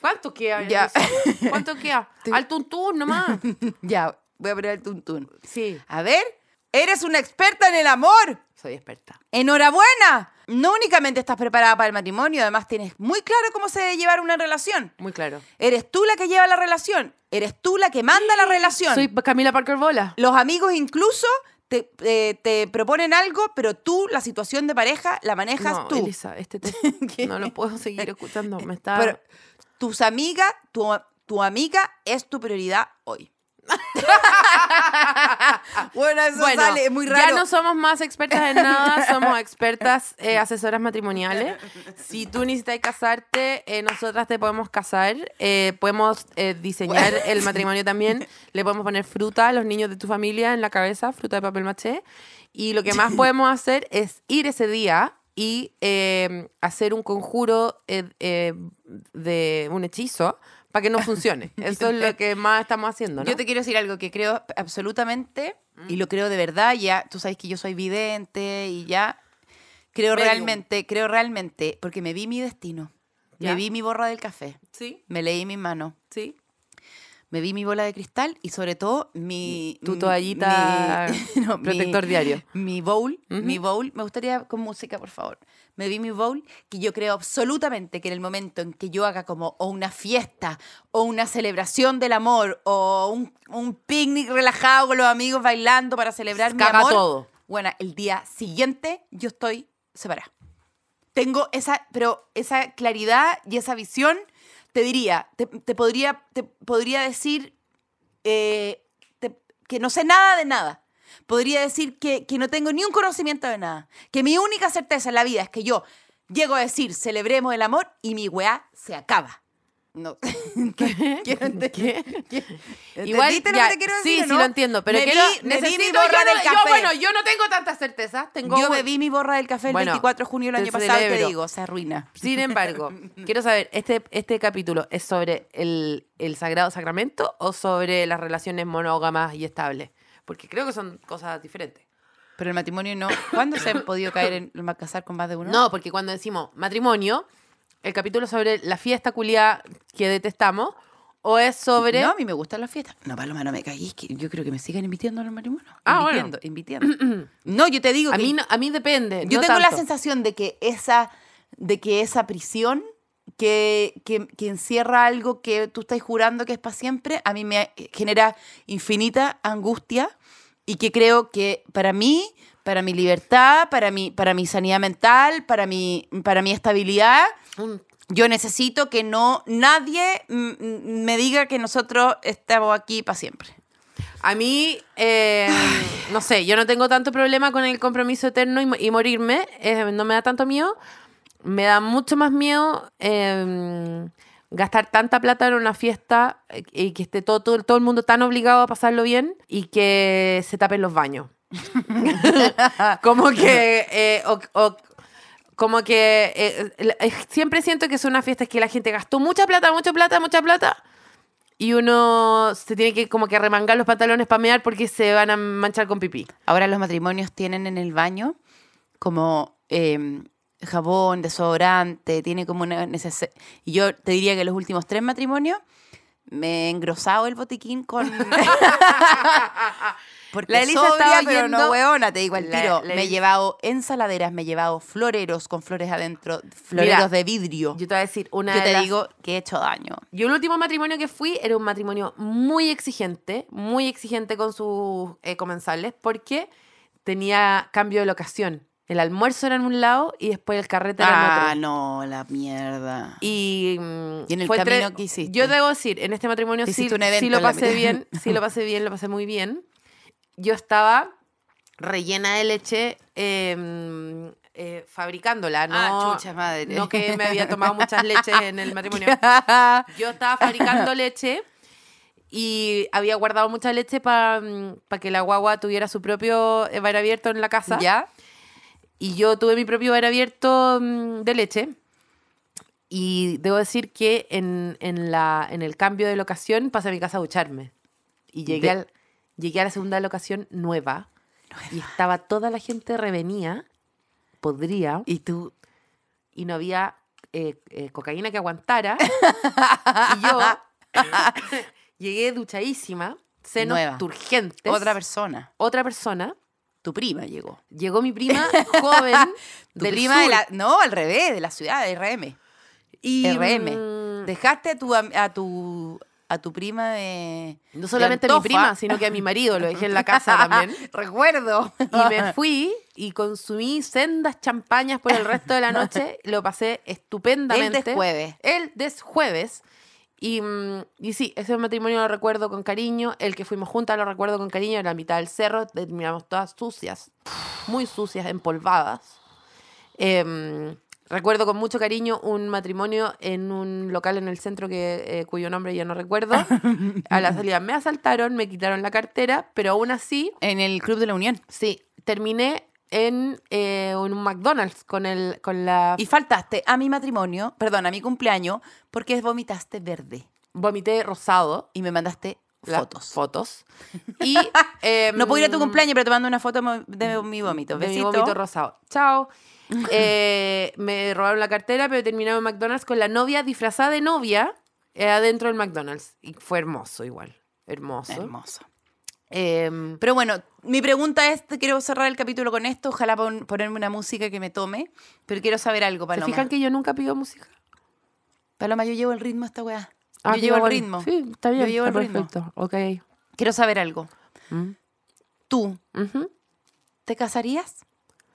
¿Cuánto queda? en Ya. eso? ¿Cuánto queda? Al tuntún nomás. Ya, voy a poner el tuntún. Sí, A ver, eres una experta en el amor. soy experta. ¡Enhorabuena! No únicamente estás preparada para el matrimonio, además tienes muy claro cómo se debe llevar una relación. Muy claro. Eres tú la que lleva la relación, eres tú la que manda la relación. Soy Camila Parker Bola. Los amigos incluso te, eh, te proponen algo, pero tú la situación de pareja la manejas no, tú. Elisa, este test no lo puedo seguir escuchando. Me está... Pero tus amigas, tu, tu amiga es tu prioridad hoy. bueno, eso bueno, sale, es muy raro. ya no somos más expertas en nada, somos expertas eh, asesoras matrimoniales. Si tú necesitas casarte, eh, nosotras te podemos casar, eh, podemos eh, diseñar el matrimonio también, le podemos poner fruta a los niños de tu familia en la cabeza, fruta de papel maché, y lo que más podemos hacer es ir ese día y eh, hacer un conjuro eh, eh, de un hechizo para que no funcione. Eso es lo que más estamos haciendo, ¿no? Yo te quiero decir algo que creo absolutamente y lo creo de verdad. Ya tú sabes que yo soy vidente y ya creo Medium. realmente, creo realmente, porque me vi mi destino, ¿Ya? me vi mi borra del café, Sí, me leí mi mano, sí. me vi mi bola de cristal y sobre todo mi Tu mi- toallita mi- no, mi- protector diario. mi bowl, Ujú. mi bowl, me gustaría con música, por favor. Me vi mi bowl, que yo creo absolutamente que en el momento en que yo haga como o una fiesta, o una celebración del amor, o un, un picnic relajado con los amigos bailando para celebrar mi Caga amor, todo. Bueno, el día siguiente yo estoy separada. tengo esa, pero esa claridad y esa visión, te diría, te, te podría, te podría decir eh, te- que no sé nada de nada. Podría decir que, que no tengo ni un conocimiento de nada. Que mi única certeza en la vida es que yo llego a decir, celebremos el amor y mi weá se acaba. No. ¿Qué? Quiero entender- ¿Qué? ¿Entendiste lo ya, que te quiero sí, decir, o sí no? lo entiendo, pero Me quiero, vi- me vi mi necesito, borra yo, no- del yo, café. bueno, yo no tengo tantas certezas, tengo Yo un- bebí mi borra del café el Bueno, 24 de junio del te año pasado, y te celebro. digo, se arruina. Sin embargo, quiero saber, ¿este, este capítulo es sobre el, el sagrado sacramento o sobre las relaciones monógamas y estables? Porque creo que son cosas diferentes. Pero el matrimonio no. ¿Cuándo se han podido caer en en casar con más de uno? No, porque cuando decimos matrimonio, el capítulo es sobre la fiesta culiada que detestamos o es sobre... No, a mí me gustan las fiestas. No, Paloma, no me caguís. que yo creo que me sigan invitando al matrimonio. Ah, invitando, invitando. no, yo te digo a, que mí, no- a mí depende. yo no tengo la tanto. sensación de que esa, de que esa prisión que, que, que encierra algo que tú estás jurando que es para siempre, a mí me genera infinita angustia y que creo que para mí, para mi libertad, para mi, para mi sanidad mental, para mi, para mi estabilidad, Mm. yo necesito que no nadie mm, mm, me diga que nosotros estamos aquí para siempre. A mí, eh, no sé, yo no tengo tanto problema con el compromiso eterno y, mo- y morirme, eh, no me da tanto miedo. Me da mucho más miedo eh, gastar tanta plata en una fiesta eh, y que esté todo, todo, todo el mundo tan obligado a pasarlo bien y que se tapen los baños. como que... eh, o- o- como que eh, eh, eh, siempre siento que son unas fiestas que la gente gastó mucha plata, mucha plata, mucha plata y uno se tiene que como que remangar los pantalones para mear porque se van a manchar con pipí. Ahora los matrimonios tienen en el baño como eh, jabón, desodorante, tiene como una necesidad. Y yo te diría que los últimos tres matrimonios me he engrosado el botiquín con... Porque La Elisa sobria, estaba pero no yendo- hueona, te digo el La- tiro. me la he Elis- llevado ensaladeras, me he llevado floreros con flores adentro, floreros de vidrio. Yo te voy a decir una yo de te las- digo que he hecho daño. Yo el último matrimonio que fui era un matrimonio muy exigente, muy exigente con sus eh, comensales porque tenía cambio de locación. El almuerzo era en un lado y después el carrete era en otro. Ah, no, la mierda. Y, mm, ¿Y en el fue camino qué hiciste? Yo debo decir, en este matrimonio Te sí, hiciste un sí evento lo en la pasé mitad. bien, sí lo pasé bien, lo pasé muy bien. Yo estaba rellena de leche eh, eh, fabricándola, ¿no? Ah, chucha madre. No que me había tomado muchas leches en el matrimonio. Yo estaba fabricando leche y había guardado mucha leche para que la guagua tuviera su propio eh, bar abierto en la casa. ¿Ya? Y yo tuve mi propio bar abierto mm, de leche. Y debo decir que en, en la, en el cambio de locación pasé a mi casa a ducharme. Y llegué, De- al- llegué a la segunda locación nueva, Y estaba toda la gente revenía, podría, y, Y tú, no había eh, eh, cocaína que aguantara. y yo llegué duchadísima, senos Nueva. turgentes. otra persona. otra persona. Tu prima llegó. Llegó mi prima joven. Tu del prima de sur. la. No, al revés, de la ciudad, de RM. Y, RM. mm, Dejaste a tu, am- a tu, a tu prima de. no solamente a mi prima, sino que a mi marido lo dejé en la casa también. Recuerdo. Y me fui y consumí sendas champañas por el resto de la noche. Lo pasé El estupendamente. desjueves. El desjueves. Y, mm, y sí, ese matrimonio lo recuerdo con cariño. El que fuimos juntas lo recuerdo con cariño. En la mitad del cerro terminamos todas sucias, muy sucias, empolvadas. Em, recuerdo con mucho cariño un matrimonio en un local en el centro que, eh, cuyo nombre ya no recuerdo. A la salida me asaltaron, me quitaron la cartera, pero aún así En el Club de la Unión. Sí, terminé en, eh, en un McDonald's con el con la Y faltaste a mi matrimonio, perdón, a mi cumpleaños, porque vomitaste verde. vomité rosado, Y me mandaste la- fotos. fotos. Y em, no puedo ir a tu cumpleaños, pero te mando una foto mo- de mi vómito. Mm, de mi Besito. vómito rosado. Chao. Eh, me robaron la cartera, pero terminaba en McDonald's con la novia disfrazada de novia eh, adentro del McDonald's y fue hermoso igual, hermoso. Hermoso. Em, Pero bueno, mi pregunta es, te quiero cerrar el capítulo con esto, ojalá pon- ponerme una música que me tome, pero quiero saber algo, ¿Se Paloma. fijan que yo nunca pido música? Paloma, yo llevo el ritmo a esta weá. Ah, yo qué llevo el bueno. ritmo. Sí, está bien. Yo llevo está el ritmo. perfecto. Ok. Quiero saber algo. Mm. ¿Tú Ujú. te casarías?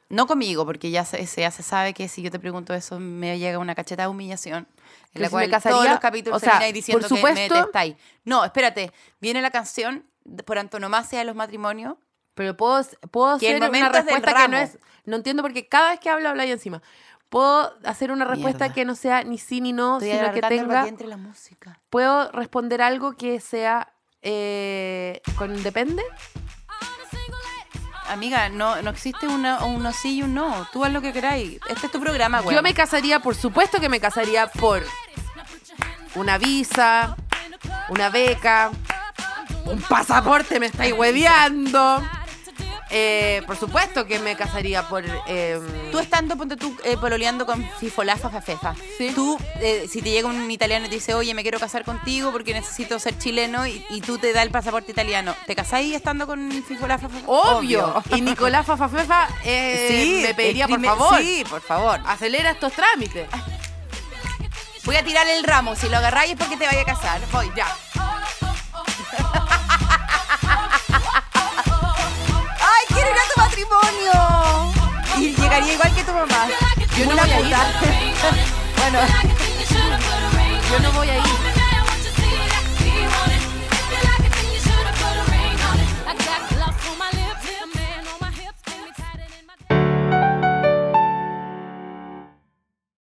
No conmigo, porque ya se, se- ya se sabe que si yo te pregunto eso me llega una cacheta de humillación. En Que la si cual me casaría, todos los capítulos o sea, termináis diciendo que por supuesto- me detestáis. No, espérate. Viene la canción de- por antonomasia de los matrimonios. Pero puedo, puedo Que el hacer una momento es del respuesta que no ramo. es. No entiendo porque cada vez que hablo, habla yo encima. Puedo hacer una respuesta Mierda. que no sea ni sí ni no, Estoy sino que agarrándolo para tenga. que entre la música. Puedo responder algo que sea. eh, con depende. Amiga, no, no existe una, un sí y un no. Tú haz lo que queráis. Este es tu programa, güey. Yo me casaría, por supuesto que me casaría por una visa, una beca, un pasaporte, me estáis hueveando. Eh, por supuesto que me casaría por. em, Tú estando, ponte tú, eh, pololeando con fifolafa, fafefa. Sí. Tú, eh, si te llega un italiano y te dice, oye, me quiero casar contigo porque necesito ser chileno y, y tú te da el pasaporte italiano, ¿te casáis estando con fifolafa, fafefa? Obvio. Y Nicolás Fafafefa eh, me pediría, por favor, Sí, por favor. Ah, acelera estos trámites. Voy a tirar el ramo. Si lo agarráis es porque te vaya a casar. Voy, ya. ¡Ay, quiero ir a tu matrimonio! Y llegaría igual que tu mamá. Yo no Una voy a ir. puta. bueno, Yo no voy a ir.